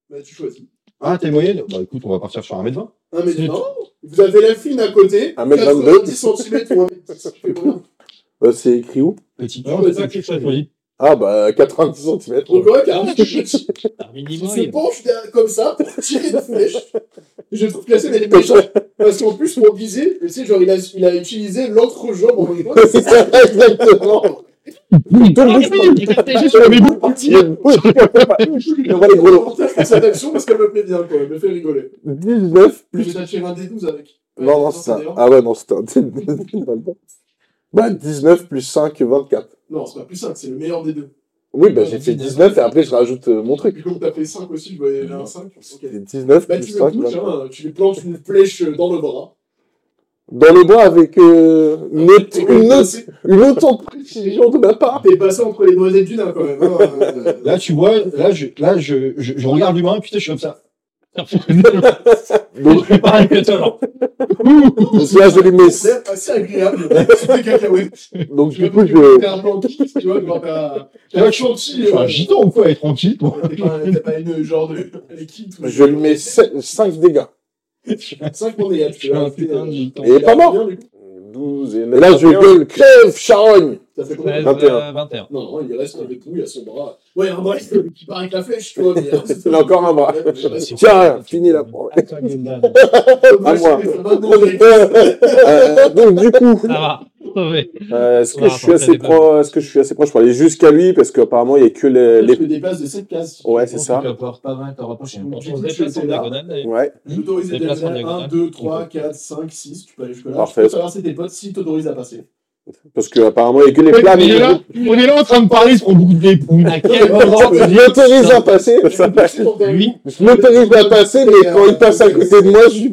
A: Bah, tu choisis.
C: Euh, Ah, t'es moyenne Bah écoute, on va partir sur 1m20.
A: 1m20. Vous avez la fine à côté.
E: 1m22.
A: 10 cm ou 1m10. Tu fais combien
E: Euh, c'est écrit où
B: Petit.
E: Ah, bah, 90 cm.
A: Donc, ouais, carrément, je suis petit.
F: Un
A: Il
F: minimum.
A: se penche derrière- comme ça pour tirer une flèche. Je trouve que la scène elle est méchante. Parce qu'en plus, pour viser, tu sais, genre, il a, il a utilisé l'entrejambe en même temps.
E: C'est ça, exactement.
A: On va les gros reportages pour cette action parce qu'elle me plaît bien, quoi. Elle me fait rigoler.
E: 19
A: Je vais
E: plus.
A: t'acheter un D12 avec.
E: Non, non, c'est un. Ah, ouais, non, c'est un. Bah, 19 plus 5, 24.
A: Non, c'est pas plus 5, c'est le meilleur des deux.
E: Oui, bah, j'ai fait 19 et après, je rajoute euh, mon
A: Et
E: truc.
A: puis, comme t'as fait 5 aussi, je voyais un 5.
E: C'est 19
A: Bah,
E: plus
A: tu le
E: 5,
A: touches,
E: 24.
A: hein, tu lui plantes une flèche dans le bras.
E: Dans le bois avec euh, une, autre, une, autre, une autre précision de ma part.
A: T'es passé entre les noisettes du nain, quand même. hein. Euh,
C: Là, tu vois, là, je, là, je, je, je regarde l'humain, putain, je suis comme ça.
F: Je fais pareil que toi, non.
E: Donc là, je lui mets.
A: C'est assez agréable. C'est des cacahuètes.
E: Donc,
A: Tu
E: du
A: vois,
E: coup,
A: tu peux
E: je.
A: faire un plan de piste, tu vois, quand t'as.
C: Tu
A: T'as
C: vois,
A: un euh,
C: je suis je
A: chantier.
C: suis
F: euh.
C: un gitan ou quoi, être tranquille toi.
A: T'es pas, t'es pas une genre de. Elle est qui, toi
E: Je lui mets 5 dégâts.
A: 5 points de dégâts, tu vois. euh,
E: Et il est pas mort.
A: Bien, du coup.
J: 12 et
E: Et là, je gueule, crève, charogne
A: Ça fait combien
F: 16,
A: de-
F: euh, 21.
A: Non, non, il reste avec nous, il a son bras. Ouais, un bras qui qui part avec la flèche, tu vois. mais- euh,
E: Il a encore un bras.
A: Ouais, mais ouais, c'est-
E: Tiens, fini la parole.
A: Moi, je
E: moi.
A: fais son bras de danger.
E: Euh, donc, du coup,
F: Ça va. Sauvé.
E: euh, est-ce que,
F: Non,
E: je suis
F: attends, ça
E: assez
F: dépend.
E: pro... est-ce que je suis assez proche pour aller jusqu'à lui Parce qu'apparemment, il n'y a que les.
A: Ah, Je
E: les-
A: te déplace de 7 cases.
E: Ouais, c'est ça.
B: Tu vas pouvoir pas vaincre la prochaine.
F: On
A: Tu
F: se
A: dis que tu
F: déplace en
A: étais là.
F: diagonale, d'ailleurs.
E: Ouais.
A: J'autorise des
F: Déplace en
A: diagonales. 1,
F: diagonale.
A: 2, 3, 4, 5, 6. Tu peux aller jusque-là.
E: Parfait.
A: Tu peux traverser tes potes s'ils t'autorisent à passer.
E: Parce qu'apparemment, il n'y a que les
C: on,
E: flammes.
C: est là, on est là en train de parler sur le bout de l'époux.
F: À quel moment
E: Je l'autorise à passer.
F: lui
E: Je l'autorise à passer, mais quand il passe à côté de moi, je lui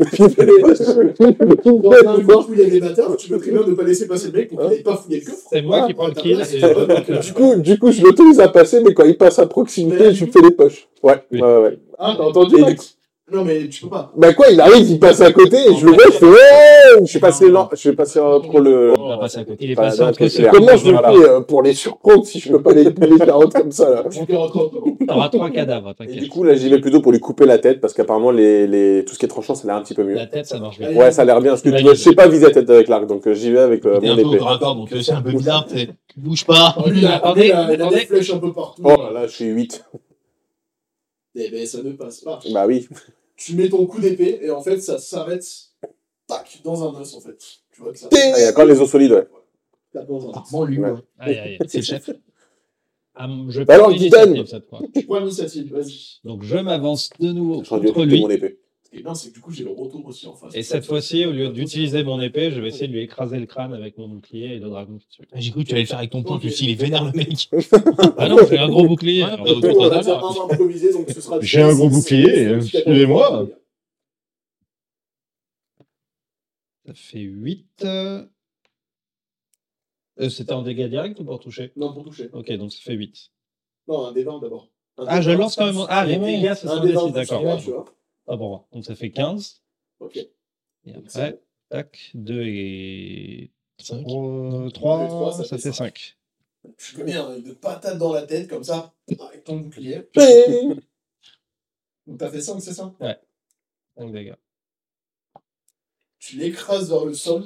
A: Dans un
E: piffe
A: huit où il y a des batteurs, tu peux très bien ne pas laisser passer le mec pour qu'il n'ait pas fouillé le coffre.
F: C'est moi qui prends le kill.
A: Ouais.
F: et-
E: Du coup, du coup, je l'autorise à passer, mais quand il passe à proximité, je lui fais les poches. Ouais, ouais, ouais.
A: Ah, t'as entendu
E: Et du
A: Max Non, mais tu peux pas.
E: Bah quoi, il arrive, il passe à côté, et je le vois, je fais ouais Je suis passé lent, je vais passer entre le.
B: On va passer à côté.
F: Il est
E: Enfin,
F: passé
E: là,
F: entre
E: Bah, c'est
F: ses
E: Comment je le
F: Voilà.
E: fais euh, pour les surprendre si je peux pas les, les carottes comme ça là
A: Tu peux rentrer.
F: T'auras trois cadavres,
E: Et du
F: t'inquiète.
E: coup, là, j'y vais plutôt pour lui couper la tête parce qu'apparemment, les, les... tout ce qui est tranchant, ça a l'air un petit peu mieux.
B: Bah,
F: La tête, ça marche bien.
E: Ouais, ça a l'air bien parce que tu vois, je sais pas viser la tête avec l'arc, donc euh, j'y vais avec euh,
B: T'es un
E: mon
B: peu au
E: épée.
B: corps à corps, donc euh, c'est un peu bizarre. t'es- Bouge pas.
A: Lui, il a-
F: Attendez,
A: il a il a
F: attendez.
A: des flèches un peu partout.
E: Oh là là, je suis 8.
A: Eh ben, ça ne passe pas.
E: Bah oui.
A: Tu mets ton coup d'épée et en fait, ça s'arrête. Tac, dans un os en fait. Tu vois que ça.
E: Ah, Il y a quand les os solides, ouais.
A: tape dans un os.
B: Bon, lui,
E: Ouais.
B: ouais.
F: Aïe, aïe, aïe.
B: c'est le chef.
F: Ah, je
E: Bah alors,
F: prends
E: Titan.
F: l'initiative cette fois.
A: Tu prends l'initiative, vas-y.
F: Donc je m'avance de nouveau
E: J'aurais dû
F: contre
E: occuper
F: lui.
E: mon épée.
A: Ce qui est bien, c'est que du coup, j'ai le retour aussi en face.
F: Et cette fois-ci, au lieu d'utiliser mon épée, je vais essayer de lui écraser le crâne avec mon bouclier et le dragon qui tue.
B: J'ai cru que tu allais le faire avec ton poing, je me suis dit, il est vénère le mec.
F: Ah non, j'ai un gros bouclier.
B: Ouais,
F: alors, euh,
B: bah,
F: autour
A: On
F: de
A: va
F: la
A: faire
F: barre.
A: un improvisé, donc ce sera.
C: J'ai un gros bouclier, euh, suivez-moi.
F: Ça fait 8. C'était euh, en dégâts directs ou pour toucher
A: Non, pour toucher.
F: Ok, donc ça fait 8.
A: Non, un des 20 d'abord. Un
F: Ah,
A: des
F: je
A: 20,
F: lance quand même. Ah, les
A: Un
F: dégâts, c'est
A: des
F: 100
A: 20, c'est
F: d d'accord.
A: bien, tu vois.
F: Ah bon, donc ça fait 15.
A: Ok.
F: Et après,
A: C'est-
F: tac, 2 et
K: Cinq.
F: 3,
C: euh,
A: Deux et trois, ça
F: ça
A: fait
F: fait
A: cinq.
F: 5.
A: Je suis bien, avec deux patates dans la tête, comme ça, avec ton bouclier. Donc t'as fait 5, c'est ça
F: 5 dégâts.
A: Tu l'écrases vers le sol,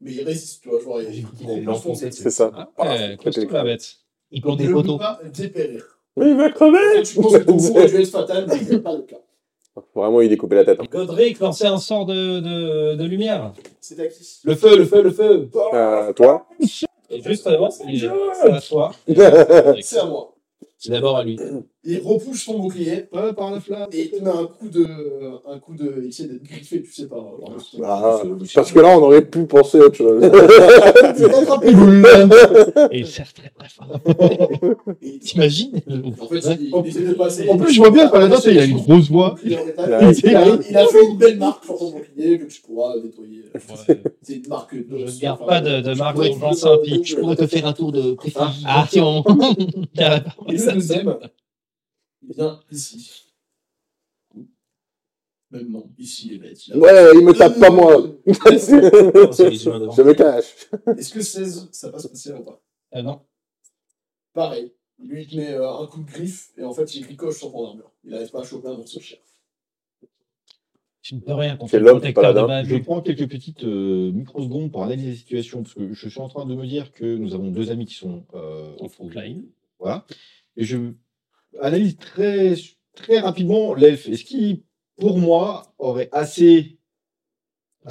A: mais il résiste, tu vois. Genre, il, il,
B: Il
A: il
B: l'a enfoncé.
E: C'est ça.
F: Ah,
E: Ah,
F: ouais, costaud la bête.
B: Il plante
A: Donc, ne
B: des poteaux.
A: peut pas dépérir.
E: Mais il va crever
A: Tu penses que ton coup a dû être fatal, mais c'est pas le cas.
E: Vraiment, il est coupé la tête. hein.
F: Godric, lancez un sort de, de, de lumière.
A: C'est à qui
B: Le feu, le feu, le feu.
E: Euh, toi
F: Et juste avant, c'est c'est à toi.
A: C'est à moi.
B: C'est d'abord à lui.
A: Il repousse ton bouclier
K: Ouais, par la flamme.
A: et il te met un coup de. Un coup de. Il essaie d'être griffé, tu sais pas. genre,
E: Bah,
A: le- le-
E: Parce que là, on aurait pu penser à autre chose.
A: Il t'attrape
F: Et il serre très très fort.
A: et il-
F: T'imagines
A: En fait, il, il essaie de passer.
K: En plus, je vois bien le paladin, tu sais, il a une grosse voix.
A: Il a-
E: Il
K: a-
A: il a- il a fait une belle marque sur son bouclier que tu pourras nettoyer.
F: Ouais.
A: C'est une marque de. euh,
F: Je ne garde pas de, de marque d'urgence impie.
B: Je pourrais te faire un tour de
F: Ah, si on.
A: Et le deuxième, il vient ici. Même non, ici, les bêtes. là.
E: Ouais, il me tape pas moi. Je me cache.
A: Est-ce que 16, ça passe passer ou pas
F: Ah non.
A: Pareil. Lui, il te met euh, un coup de griffe et en fait, il ricoche sur ton armure. Il n'arrive pas à choper un morceau de chair.
F: Tu ne peux rien contre
E: C'est
F: le
E: l'homme,
F: protecteur de
E: paladin.
F: ma
C: Je
F: vue.
C: prends quelques petites euh, microsecondes pour analyser la situation, parce que je suis en train de me dire que nous avons deux amis qui sont euh,
F: En frontline.
C: Voilà. Et je analyse très, très rapidement l'elfe. Est-ce qu'il, pour moi, aurait assez,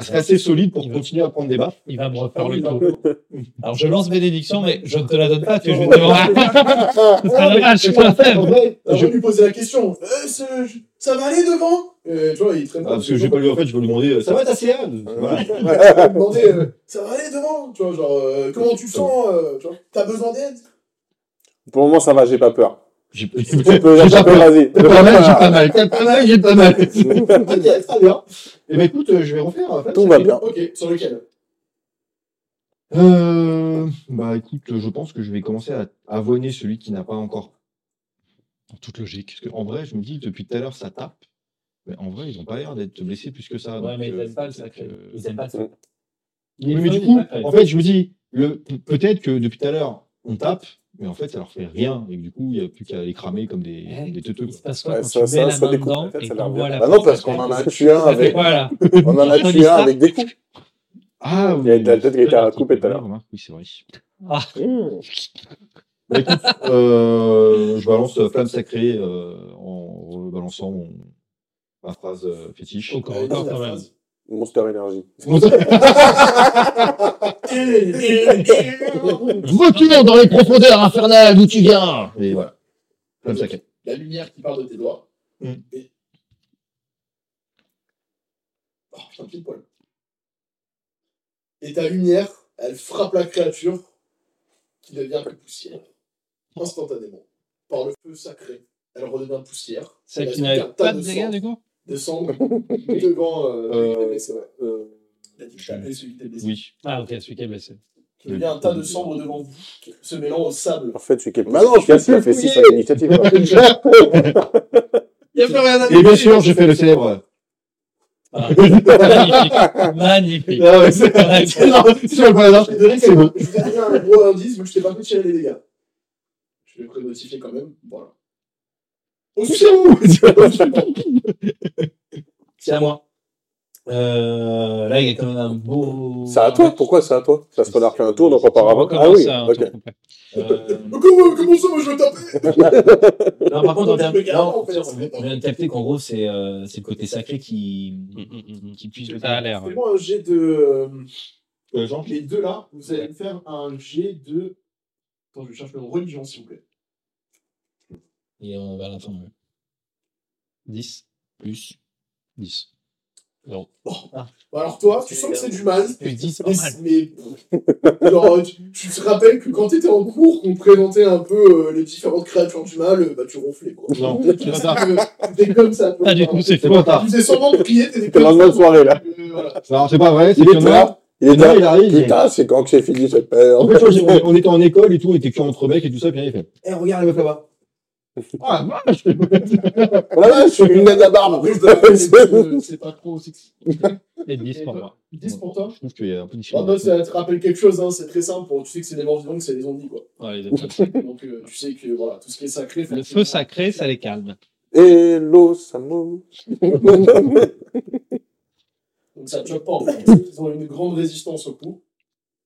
C: serait assez solide pour
F: Il va-
C: continuer à prendre des baffes
F: Il va me refaire le dos. Alors je lance bénédiction, mais je ne te la donne pas, tu vois, je vais te voir. Ce serait dommage, je suis pas un faible.
C: Après,
A: Je
C: je-
A: vais lui poser la question. Euh, ce- je- ça va aller devant Euh, Tu vois, il traîne
C: Ah, parce que je vais pas lui, en fait, je vais lui demander, euh, ça va ta CA Voilà.
A: Il va lui demander euh, Ça va aller devant Tu vois, genre, euh, comment tu te sens euh, Tu vois, t'as besoin d'aide
E: Pour le moment, ça va, j'ai pas peur.
C: J'ai
E: Tu peux, j'ai pas peur, vas-y.
K: T'as pas mal, j'ai pas mal. T'as pas mal, j'ai pas mal.
A: Ok, très bien.
C: Eh ben, écoute, euh, je vais refaire. en fait,
E: Tout
C: ça
E: va
C: fait-
E: bien.
A: Ok, sur lequel
C: Euh, bah écoute, je pense que je vais commencer à avoiner celui qui n'a pas encore.
F: En toute logique.
C: Parce que, en vrai, je me dis, depuis tout à l'heure, ça tape. Mais en vrai, ils n'ont pas l'air d'être blessés plus que ça.
F: Ouais,
C: donc,
F: mais ils
C: euh,
F: aiment pas le
C: peut-être
F: sacré.
C: que-
B: Ils aiment pas ça.
C: Oui, mais du coup, en fait, je me dis, le, pe- peut-être que depuis tout à l'heure, on tape, mais en fait, ça leur fait rien. Et que du coup, il n'y a plus qu'à les cramer comme des,
F: Ouais.
C: des teuteux.
F: Il
C: quoi.
F: se passe quoi
E: Ouais,
F: quand
E: ça-
F: tu mets
E: ça-
F: la
E: ça
F: main
E: découpe la
F: dedans
E: tête,
F: et
E: ça a
F: qu'on
E: l'air
F: voit
E: bien.
F: la
E: Bah non, parce qu'on en a tué un
F: Ça fait
E: avec-
F: quoi, là
E: On en a
F: Entre
E: tué un
F: l'Istra-
E: avec des coups.
C: Ah,
E: Il y a de la tête qui a été coupée tout à l'heure.
C: Remarque, Oui, c'est vrai.
E: Mmh.
C: Bah, écoute, euh, je balance euh, Flamme Sacrée euh, en balançant mon, ma phrase euh, fétiche.
F: Encore, encore, quand même.
E: Monster Energy.
A: Eh,
K: Retour dans les profondeurs infernales d'où tu viens.
C: Et voilà. Flamme Sacrée.
A: La lumière qui part de tes doigts.
C: Hmm.
A: Et... Oh putain, pile poil. Et ta lumière, elle frappe la créature qui devient que poussière. Instantanément. Par le feu sacré, elle redevient poussière.
F: Celle
A: Elle
F: qui
A: a
F: n'avait
A: un tas
F: pas de
A: de
F: dégâts,
A: sang.
F: du coup
A: De sang devant euh, celui qui est blessé, ouais. La dite
C: je-
A: et celui qui est blessé.
C: Oui.
F: Ah, ok, celui qui est blessé.
A: Il y a un tas de cendres devant vous, se mêlant au sable.
E: En fait, celui qui est plus
C: Bah non, je
E: efficace,
C: peux
E: il
C: plus
E: a fait
C: le
E: 6 à
C: fouiller.
E: l'initiative. quoi.
A: Il n'y a plus rien à
C: Et bien sûr, j'ai fait le célèbre.
F: Ah, magnifique. Magnifique.
C: Ah ouais, c'est non, sur le paladin,
A: Je vais
C: c'est bon.
A: Euh, Je vous ai donné un gros indice, mais je t'ai pas fait tirer les dégâts. Je vais pré-notifier quand même. Voilà. Au
C: C'est où
B: C'est à moi. Euh, là, il y a quand même un beau.
E: C'est à toi Pourquoi c'est à toi Ça se peut fait un tour, donc
F: On
E: auparavant. Ah
F: recommence
E: oui,
F: à un
E: ok.
F: tour complet.
B: Euh,
A: Comment, comment ça, moi je veux taper
B: non, par contre, en termes-
A: Je le garde,
B: non,
A: en fait.
B: on vient de capter qu'en gros, c'est euh, c'est le côté sacré qui,
F: Mm,
B: qui puise le
A: Ah,
F: Ça a l'air.
A: Fais-moi un jet de. euh,
C: Euh, Jean,
A: les deux là, vous allez me faire un jet de. Attends, je cherche le mot religion s'il vous plaît.
B: Et on va vers la fin. ouais.
F: 10.
B: Plus.
F: 10. Non.
A: Bon, Bah, alors toi, tu sens que c'est du mal.
F: Plus 10, c'est pas
A: Mais,
F: mal.
A: mais- genre, tu, tu te rappelles que quand t'étais en cours, qu'on présentait un peu euh, les différentes créatures du mal, euh, bah tu ronflais quoi.
F: Non,
A: Tu sais que T'étais comme ça. quoi.
F: Pas Ah, du tout, c'est
C: C'est
F: faux.
C: pas tard.
A: Tu faisais semblant de prier, t'étais
E: T'es dans
A: comme
E: une bonne soirée, là.
A: Euh, voilà.
C: Alors, c'est pas vrai, c'est
E: Il
C: qu'il y
E: est
C: en a.
E: là. Il est
C: il y en a,
E: là.
C: il arrive. il-
E: Putain, c'est quand que c'est fini, j'ai peur.
C: En fait, tu vois, on, on était en école et tout, on était que entre mecs et tout ça, puis il fait Eh, regarde la meuf
B: hein.
C: là-bas. Ah, vache
E: Voilà, je suis une nana barbe.
A: Après, je t'appelle, c'est euh, c'est pas trop sexy.
F: Et 10 pour moi.
A: 10 pour toi
C: Je trouve qu'il y a un peu de
A: Ah bah, ça te rappelle quelque chose, hein, c'est très simple. Tu sais que c'est des morts vivants, que c'est des zombies quoi.
F: Ouais, les deux.
A: Donc euh, tu sais que voilà, tout ce qui est sacré.
F: Le
A: forcément-
F: feu sacré, ça les calme.
E: Hello, Samo.
A: Donc ça te choque pas en fait. Ils ont une grande résistance au coup.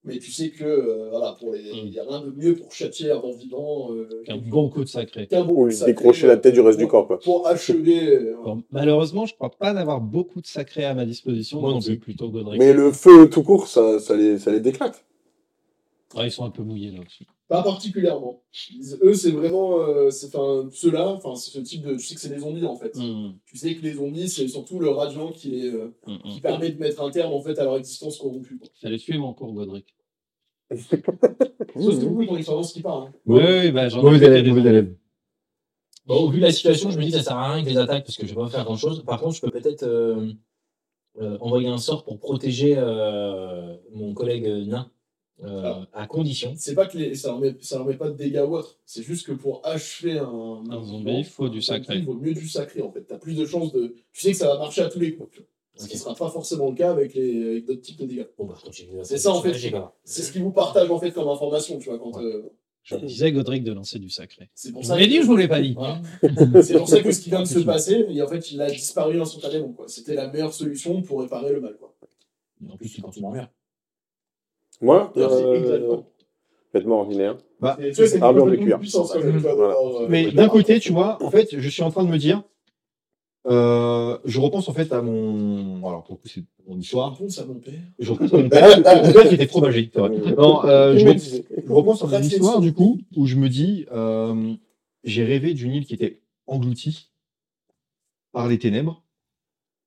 A: Mais tu sais que euh, voilà, pour les... il n'y a rien de mieux pour châtier un mort vivant euh,
F: Un bon coup de sacré.
A: qu'un bon
E: Ou
A: coup sacré,
E: décrocher la tête du reste
A: pour-
E: du corps, quoi.
A: Pour achever. euh, voilà.
F: Bon, malheureusement, je crois pas d'avoir beaucoup de sacré à ma disposition.
B: Moi non
F: donc
B: plus.
F: c'est plutôt Godric.
E: Mais le feu tout court, ça, ça, les, ça les déclate.
F: Ah, ils sont un peu mouillés là aussi.
A: Pas particulièrement. Ils- eux, c'est vraiment. euh, c'est- Enfin, ceux-là, enfin, c'est ce type de. Tu sais que c'est des zombies en fait.
F: Hum,
A: Tu sais que les zombies, c'est surtout le radiant qui, les, euh,
F: hum, hum.
A: qui permet de mettre un terme en fait à leur existence corrompue. quoi.
F: Fallait suivre en cours, Godric.
A: Sauf que vous, ton expérience qui part. hein.
F: Oui, oui, bah, j'en ai
C: Mauvais
F: fait
C: élève,
F: des-
C: mauvais élève.
B: Bon, vu la situation, je me dis que ça sert à rien que les attaques parce que je vais pas faire grand chose. Par contre, je peux peut-être euh, euh, envoyer un sort pour protéger euh, mon collègue euh, nain euh,
A: Ah.
B: à condition.
A: C'est pas que les, ça remet, ça remet pas de dégâts ou autre. C'est juste que pour achever un,
F: Un zombie, il faut du
A: un
F: sacré.
A: zombie, Il vaut mieux du sacré en fait. T'as plus de chances de. Tu sais que ça va marcher à tous les coups. tu vois. Ce qui
B: Ok.
A: sera pas forcément le cas avec, les, avec d'autres types de dégâts.
B: Bon, bah, continue.
A: C'est ça, en fait.
B: J'ai pas.
A: C'est ce qu'ils vous partagent en fait comme information, tu vois. Quand, euh,
F: Je disais Godric de lancer du sacré.
A: c'est pour
F: Je
A: ça.
F: vous l'ai
A: que-
F: dit ou je vous l'ai pas dit
A: Voilà. C'est pour ça que ce qui vient de se passer, et en fait, il a disparu instantanément. quoi. C'était la meilleure solution pour réparer le mal. Quoi.
B: En plus, c'est quand tu m'emmerdes.
E: Moi,
A: Alors, c'est
E: euh,
A: exactement.
E: vêtements ordinaires.
A: Et tu vois, c'est
E: Ah, mais on
A: une
E: est cuir.
A: puissance quand même. tu vois,
E: Voilà.
A: d'avoir, euh,
C: Mais d'un côté, tu vois, en fait, je suis en train de me dire, euh, je repense en fait à mon, alors pour le coup, c'est mon histoire.
A: Par contre, ça mon père.
C: Je repense à mon père, mon père qui était trop magique, c'est vrai. Non, euh, je, me- Ah, je repense à mon histoire du coup, où je me dis, euh, j'ai rêvé d'une île qui était engloutie par les ténèbres.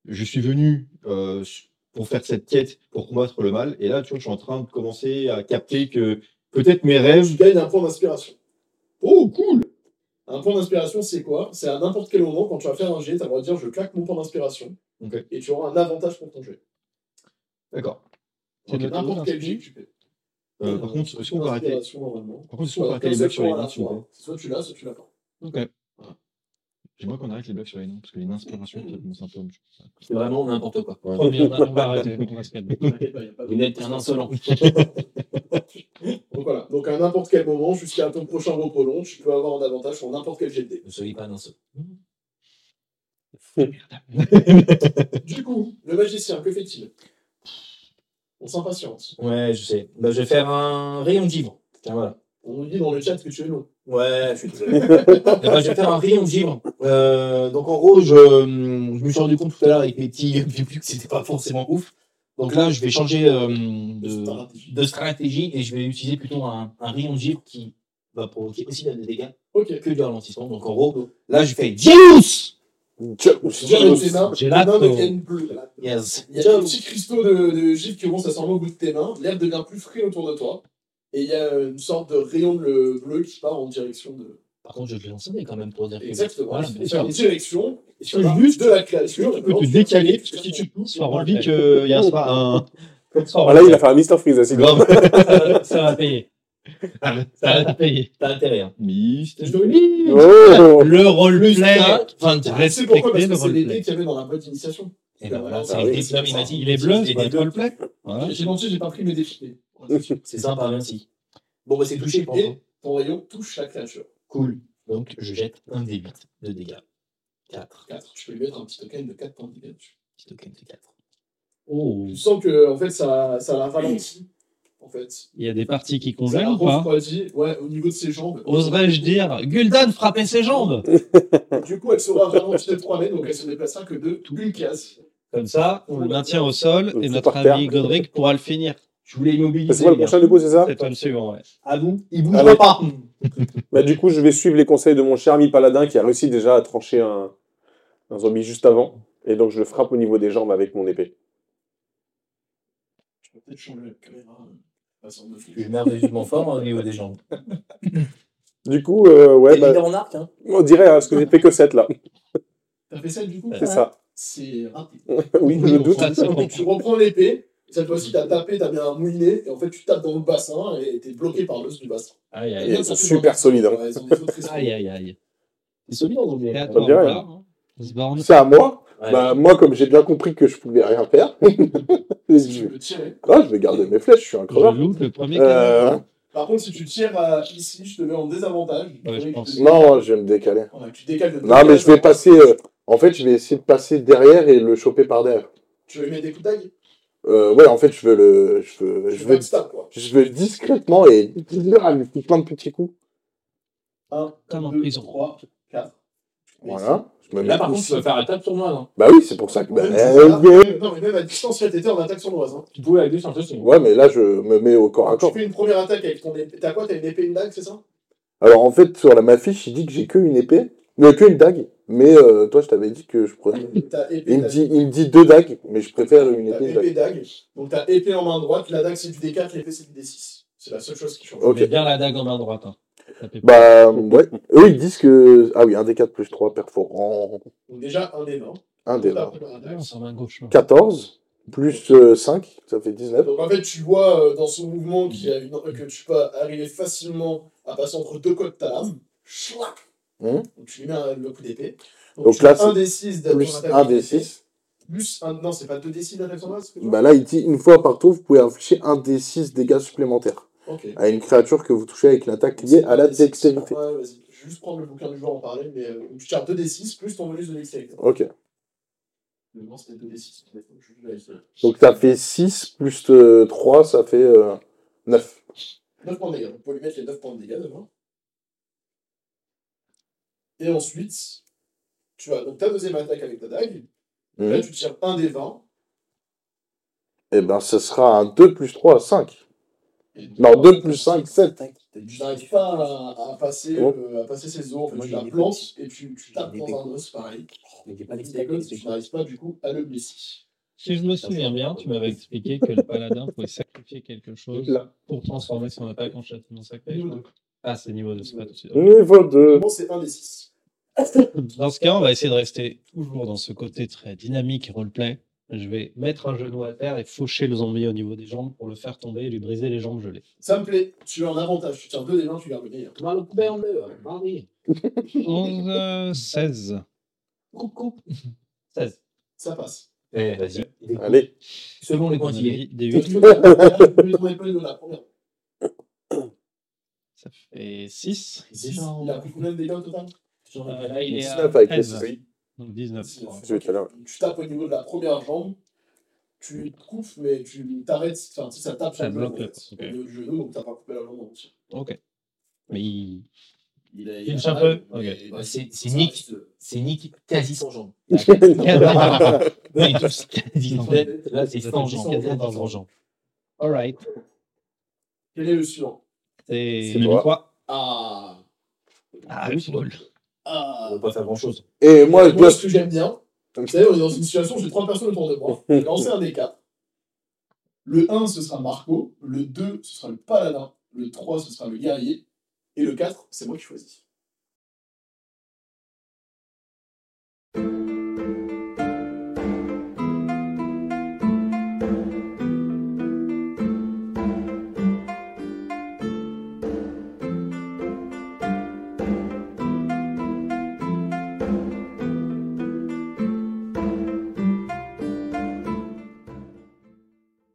C: Je suis venu euh, pour faire cette quête, pour combattre le mal, et là, tu vois, je suis en train de commencer à capter que peut-être mes
A: Je
C: rêves.
A: gagne un point d'inspiration.
C: Oh, cool.
A: Un point d'inspiration, c'est quoi C'est à n'importe quel moment, quand tu vas faire un jet, tu as le droit de dire je claque mon point d'inspiration.
C: Ok.
A: Et tu auras un avantage pour ton jet.
C: D'accord. C'est
A: Donc
C: de la
A: n'importe quel jet que tu fais.
C: Euh, par contre, est-ce qu'on peut arrêter
A: Inspiration, normalement.
C: Par contre, est-ce qu'on peut
A: Voilà,
C: arrêter
A: comme
C: les
A: ça,
C: blagues
A: tu
C: sur les
A: auras
C: nains,
A: la
C: s'il vous plaît
A: fois. Soit tu l'as, soit tu l'as pas.
C: Ok. J'aimerais qu'on arrête les blagues sur les noms, parce que les inspirations, ça commence un peu.
B: C'est vraiment n'importe quoi.
F: Premier, on va- on va arrêter, on va se calmer.
A: T'inquiète pas, y a pas de-
B: Vous n'êtes qu'un insolent.
A: Donc voilà. Donc à n'importe quel moment, jusqu'à ton prochain repos long, tu peux avoir un avantage sur n'importe quel jet de dés.
B: Ne soyez pas un insolent.
A: Du coup, le magicien, que fait-il On s'impatiente.
B: Ouais, je sais. Bah, je vais faire un rayon de givre. Tiens, voilà.
A: On nous dit dans le chat que tu es long.
B: Ouais, je suis désolé. Eh ben, je vais faire un rayon de givre. Euh, donc en gros, je, hum, je me suis rendu compte tout à l'heure avec mes petits plus que c'était pas forcément ouf. Donc là, je vais changer euh, de,
A: Stratégie.
B: de stratégie et je vais utiliser plutôt un, un rayon de givre qui va provoquer aussi bien des dégâts
A: Ok.
B: que du ralentissement. Donc en gros, là, je fais Zeus
A: Déjà, tes mains, tes mains
F: Gelato.
A: deviennent bleues.
B: Yes.
A: Il y a un petit cristaux de, de givre qui commence à s'enlever au bout de tes mains. L'air devient plus frais autour de toi. Et il y a une sorte de rayon bleu, bleu qui part en direction de.
B: Par contre, je vais lancer quand même pour dire que.
A: Exactement.
B: Voilà.
A: Et sur une direction.
C: Est-ce que juste,
A: de la
C: est-ce que
A: créature.
C: tu peux te décaler, parce que si tu pousses, on envie qu'il y a un, spa- un...
E: Ah, là, il a fait un Mister Freeze, là, c'est grave.
F: ça, ça va payer. Ça va payer.
B: T'as intérêt. hein.
C: Mystère.
E: Oh.
F: Le roleplay.
B: Enfin, t'as-
F: Respectez
A: C'est pourquoi Parce que c'est
F: le
A: les dés
F: roleplay.
A: qu'il y avait dans la boîte d'initiation.
B: Eh ben voilà,
A: Ah
B: c'est
A: oui,
B: les
A: c'est
B: déblocs, il m'a dit.
F: Il est bleu, c'est
B: C'est
F: pas
B: des
F: le roleplay. Voilà.
A: J'ai menti, j'ai pas pris mes défis.
B: C'est sympa, merci. Bon, bah, c'est touché pour
A: Et ton rayon touche la créature.
B: Cool. Donc, je jette un des 8 de dégâts. 4.
A: 4. Tu peux lui mettre un petit token de 4 points de dégâts dessus.
B: Petit token de 4.
F: Oh,
A: Tu sens que en fait ça, ça la ralentit. En fait.
F: il y a des parties qui
A: Ça
F: congèlent
A: la
F: ou pas
A: refroidit, ouais, au niveau de ses jambes.
F: Oserais-je dire Gul'dan frappait ses jambes
A: Du coup, elle sera ralentie de 3 mètres, donc elle se déplacera que de une case.
F: Comme ça, on le maintient au sol
E: Le
F: et
E: fout
F: notre
E: par terre.
F: ami Godric pourra le finir.
B: Je voulais
E: C'est
B: immobiliser.
E: moi le prochain, du coup, c'est ça
F: C'est homme suivant, Ah ouais.
B: À vous. Il
E: bougera
B: bougera
E: Allez.
B: pas.
E: Bah, du coup, je vais suivre les conseils de mon cher ami Paladin qui a réussi déjà à trancher un, un zombie juste avant. Et donc je le frappe au niveau des jambes avec mon épée.
A: Je vais peut-être changer la caméra. hein. Ah, ça me fait-
B: Je suis merveilleusement fort hein, au niveau des jambes.
E: Du coup, euh, ouais,
L: Il
E: bah,
L: est en arc, hein.
E: on dirait hein, parce que j'ai fait que 7 là.
A: T'as fait ça du coup
E: C'est ça.
A: C'est raté.
E: oui, je doute.
F: Ça, ça compte.
M: Tu reprends l'épée, cette fois-ci t'as tapé, t'as bien mouliné, et en fait tu tapes dans le bassin et t'es bloqué par l'os du bassin.
F: Aïe, aïe,
E: Et elles sont super solides. hein.
M: Ouais, elles ont des sauts très solides.
F: aïe, aïe, aïe.
A: C'est solide en anglais.
F: Et
B: euh,
F: à
A: hein.
F: toi,
E: dirait,
F: voilà, hein. On se borne.
E: C'est à moi.
L: Ouais.
E: Bah, moi, comme j'ai bien compris que je pouvais rien faire,
A: Tu
E: je vais-
A: peux tirer.
E: Ah, je vais garder mes flèches, je suis un
F: Je
E: crevard.
F: loupe le hein. premier cadavre.
E: Euh,
A: Par contre, si tu tires à ici, je te mets en désavantage.
F: Ouais, je pense.
E: non, je vais me décaler.
A: Ouais, tu décales de deux
E: Non, mais
A: cases.
E: je vais passer. euh, En fait, je vais essayer de passer derrière et le choper par derrière.
A: Tu veux lui mettre des coups d'ail
E: Euh, ouais, en fait, je veux le. Je veux,
A: Tu
E: je
A: veux
E: veux,
A: pas que tu tapes, quoi.
E: je veux discrètement et. Ah, mais plein de petits coups.
A: 1,
F: Comme en
A: 2,
F: prison.
A: 3, 4.
E: Voilà. Je me mets
B: Là, par contre,
E: tous.
B: tu peux faire attaque sur moi, non
E: Bah oui, c'est pour ça que. Bah, euh,
A: Non, mais même à distance, là, t'étais en attaque sournoise. Hein.
B: Tu pouvais avec deux sur le
E: Ouais, mais là, je me mets au corps à
A: Tu
E: corps.
A: fais une première attaque avec ton épée. T'as quoi T'as une épée et une dague, c'est ça
E: Alors, en fait, sur la ma fiche, il dit que j'ai que une épée. Euh, que une dague. Mais euh, toi, je t'avais dit que je prenais.
A: Euh, T'as épée,
E: Il me
A: dague.
E: dit, il me dit deux dagues, mais je préfère une
A: T'as
E: épée. une dague.
A: épée, dague. Donc t'as épée en main droite, la dague c'est du D4, l'épée c'est du D6. C'est la seule chose qui change.
E: Ok.
F: Mets bien la dague en main droite. hein. Ça fait pas.
E: Bah, ouais. Eux, ils disent que. Ah oui, un des 4 plus 3 perforant.
A: Donc déjà, un des 20.
E: Un des 20.
F: Ah, on s'en va à gauche. non.
E: 14 plus 5, ça fait 19.
A: Donc en fait, tu vois euh, dans son mouvement qu'il y a une... que tu peux arriver facilement à passer entre deux côtes de ta lame. Chouac
E: Mhm.
A: Donc tu lui mets un- le coup d'épée.
E: Donc
A: tu
E: là,
A: as un
E: c'est
A: des 6
E: Plus 1 des 6.
A: Plus un... Non, c'est pas 2 des 6 d'attaque sournoise ce que tu vois
E: Bah là, il dit une fois par tour, vous pouvez infliger un des 6 dégâts supplémentaires
A: Ok.
E: à une créature que vous touchez avec une attaque liée à la
A: C'est un D6.
E: dextérité.
A: Ouais, vas-y. Je vais juste prendre le bouquin du joueur en parler, mais euh, tu charges 2d6 plus ton bonus de dextérité.
E: Ok.
A: Le moment, c'était 2d6. mais faut que je euh, vérifie.
E: Donc ça fait 6 plus 3, ça fait euh, 9.
A: 9 points de dégâts. Donc, Vous pouvez lui mettre les 9 points de dégâts devant. Et ensuite, tu as donc ta deuxième attaque avec ta dague.
E: Mmh.
A: Là, tu tires un des 20.
E: Et ben, ce sera un 2 plus 3, 5.
A: Et
E: Non, 2 plus 5, 7.
A: Tu n'arrives pas à, à passer,
E: Bon.
A: euh, à passer ses os. En fait,
L: Moi,
A: tu
L: j'ai
A: la
L: des
A: plantes et tu, tu tapes
L: J'ai des
A: dans un
L: techniques.
A: os pareil.
L: Mais j'ai pas
A: Et tu
L: d'expérience.
A: n'arrives pas du coup à le
E: Euh.
A: blesser.
F: Si je me souviens bien, tu m'avais expliqué que le paladin pouvait sacrifier quelque chose pour transformer son attaque en châtiment sacré. je crois. Ah, c'est niveau de c'est pas tout de suite.
E: Niveau 2.
A: Bon, c'est un des 6.
F: Dans ce cas, on va essayer de rester toujours dans ce côté très dynamique et roleplay. Je vais mettre un genou à terre et faucher le zombie au niveau des jambes pour le faire tomber et lui briser les jambes gelées.
A: Ça me plaît. Tu as un avantage. Tu tires 2 des 20, tu gardes le meilleur.
N: On va le couper en deux, hein, Marie.
F: 11, 16.
B: Coucou.
F: 16.
A: Ça passe.
B: Eh, vas-y.
E: Allez.
B: Selon les quantités.
F: Des
A: Tu
F: 8,
A: peux ton épée de la première.
F: ça fait 6.
A: Six. Il a pris combien de dégâts au total
F: là, il est à
E: 19 avec les
F: 13.
E: 6.
F: Donc 19.
E: Je vais te la-
A: tu tapes au niveau de la première jambe, tu te coupes, mais tu t'arrêtes. Enfin, tu sais, ça tape sur
F: Ça
A: le genou.
F: bloque
A: en
F: le-
A: fait.
F: ok.
A: Au niveau du genou, donc t'as pas coupé la jambe en entier.
F: Ok. Mais il...
A: Il a.
F: Il
A: a-
F: touche un peu
A: ouais,
F: Ok.
A: il a-
B: Ouais, C'est c'est
A: ça
B: Nick,
A: reste-
B: c'est Nick quasi sans jambes.
F: Non, il touche quasi dans le-
B: Là, c'est sans
F: quasi
B: jambes.
F: dans le genre. All right.
A: Quel est le suivant
F: C'est
E: C'est
F: une
E: toi.
F: fois.
A: Ah.
F: Ah, le bol.
A: Ah.
B: On peut pas faire grand chose.
E: Et moi, je
A: Moi,
E: dois.
A: ce que j'aime bien, vous savez, on est dans une situation où j'ai trois personnes autour de moi. Je vais lancer un des quatre. Le 1, ce sera Marco. Le 2, ce sera le paladin. Le 3, ce sera le guerrier. Et le 4, c'est moi qui choisis.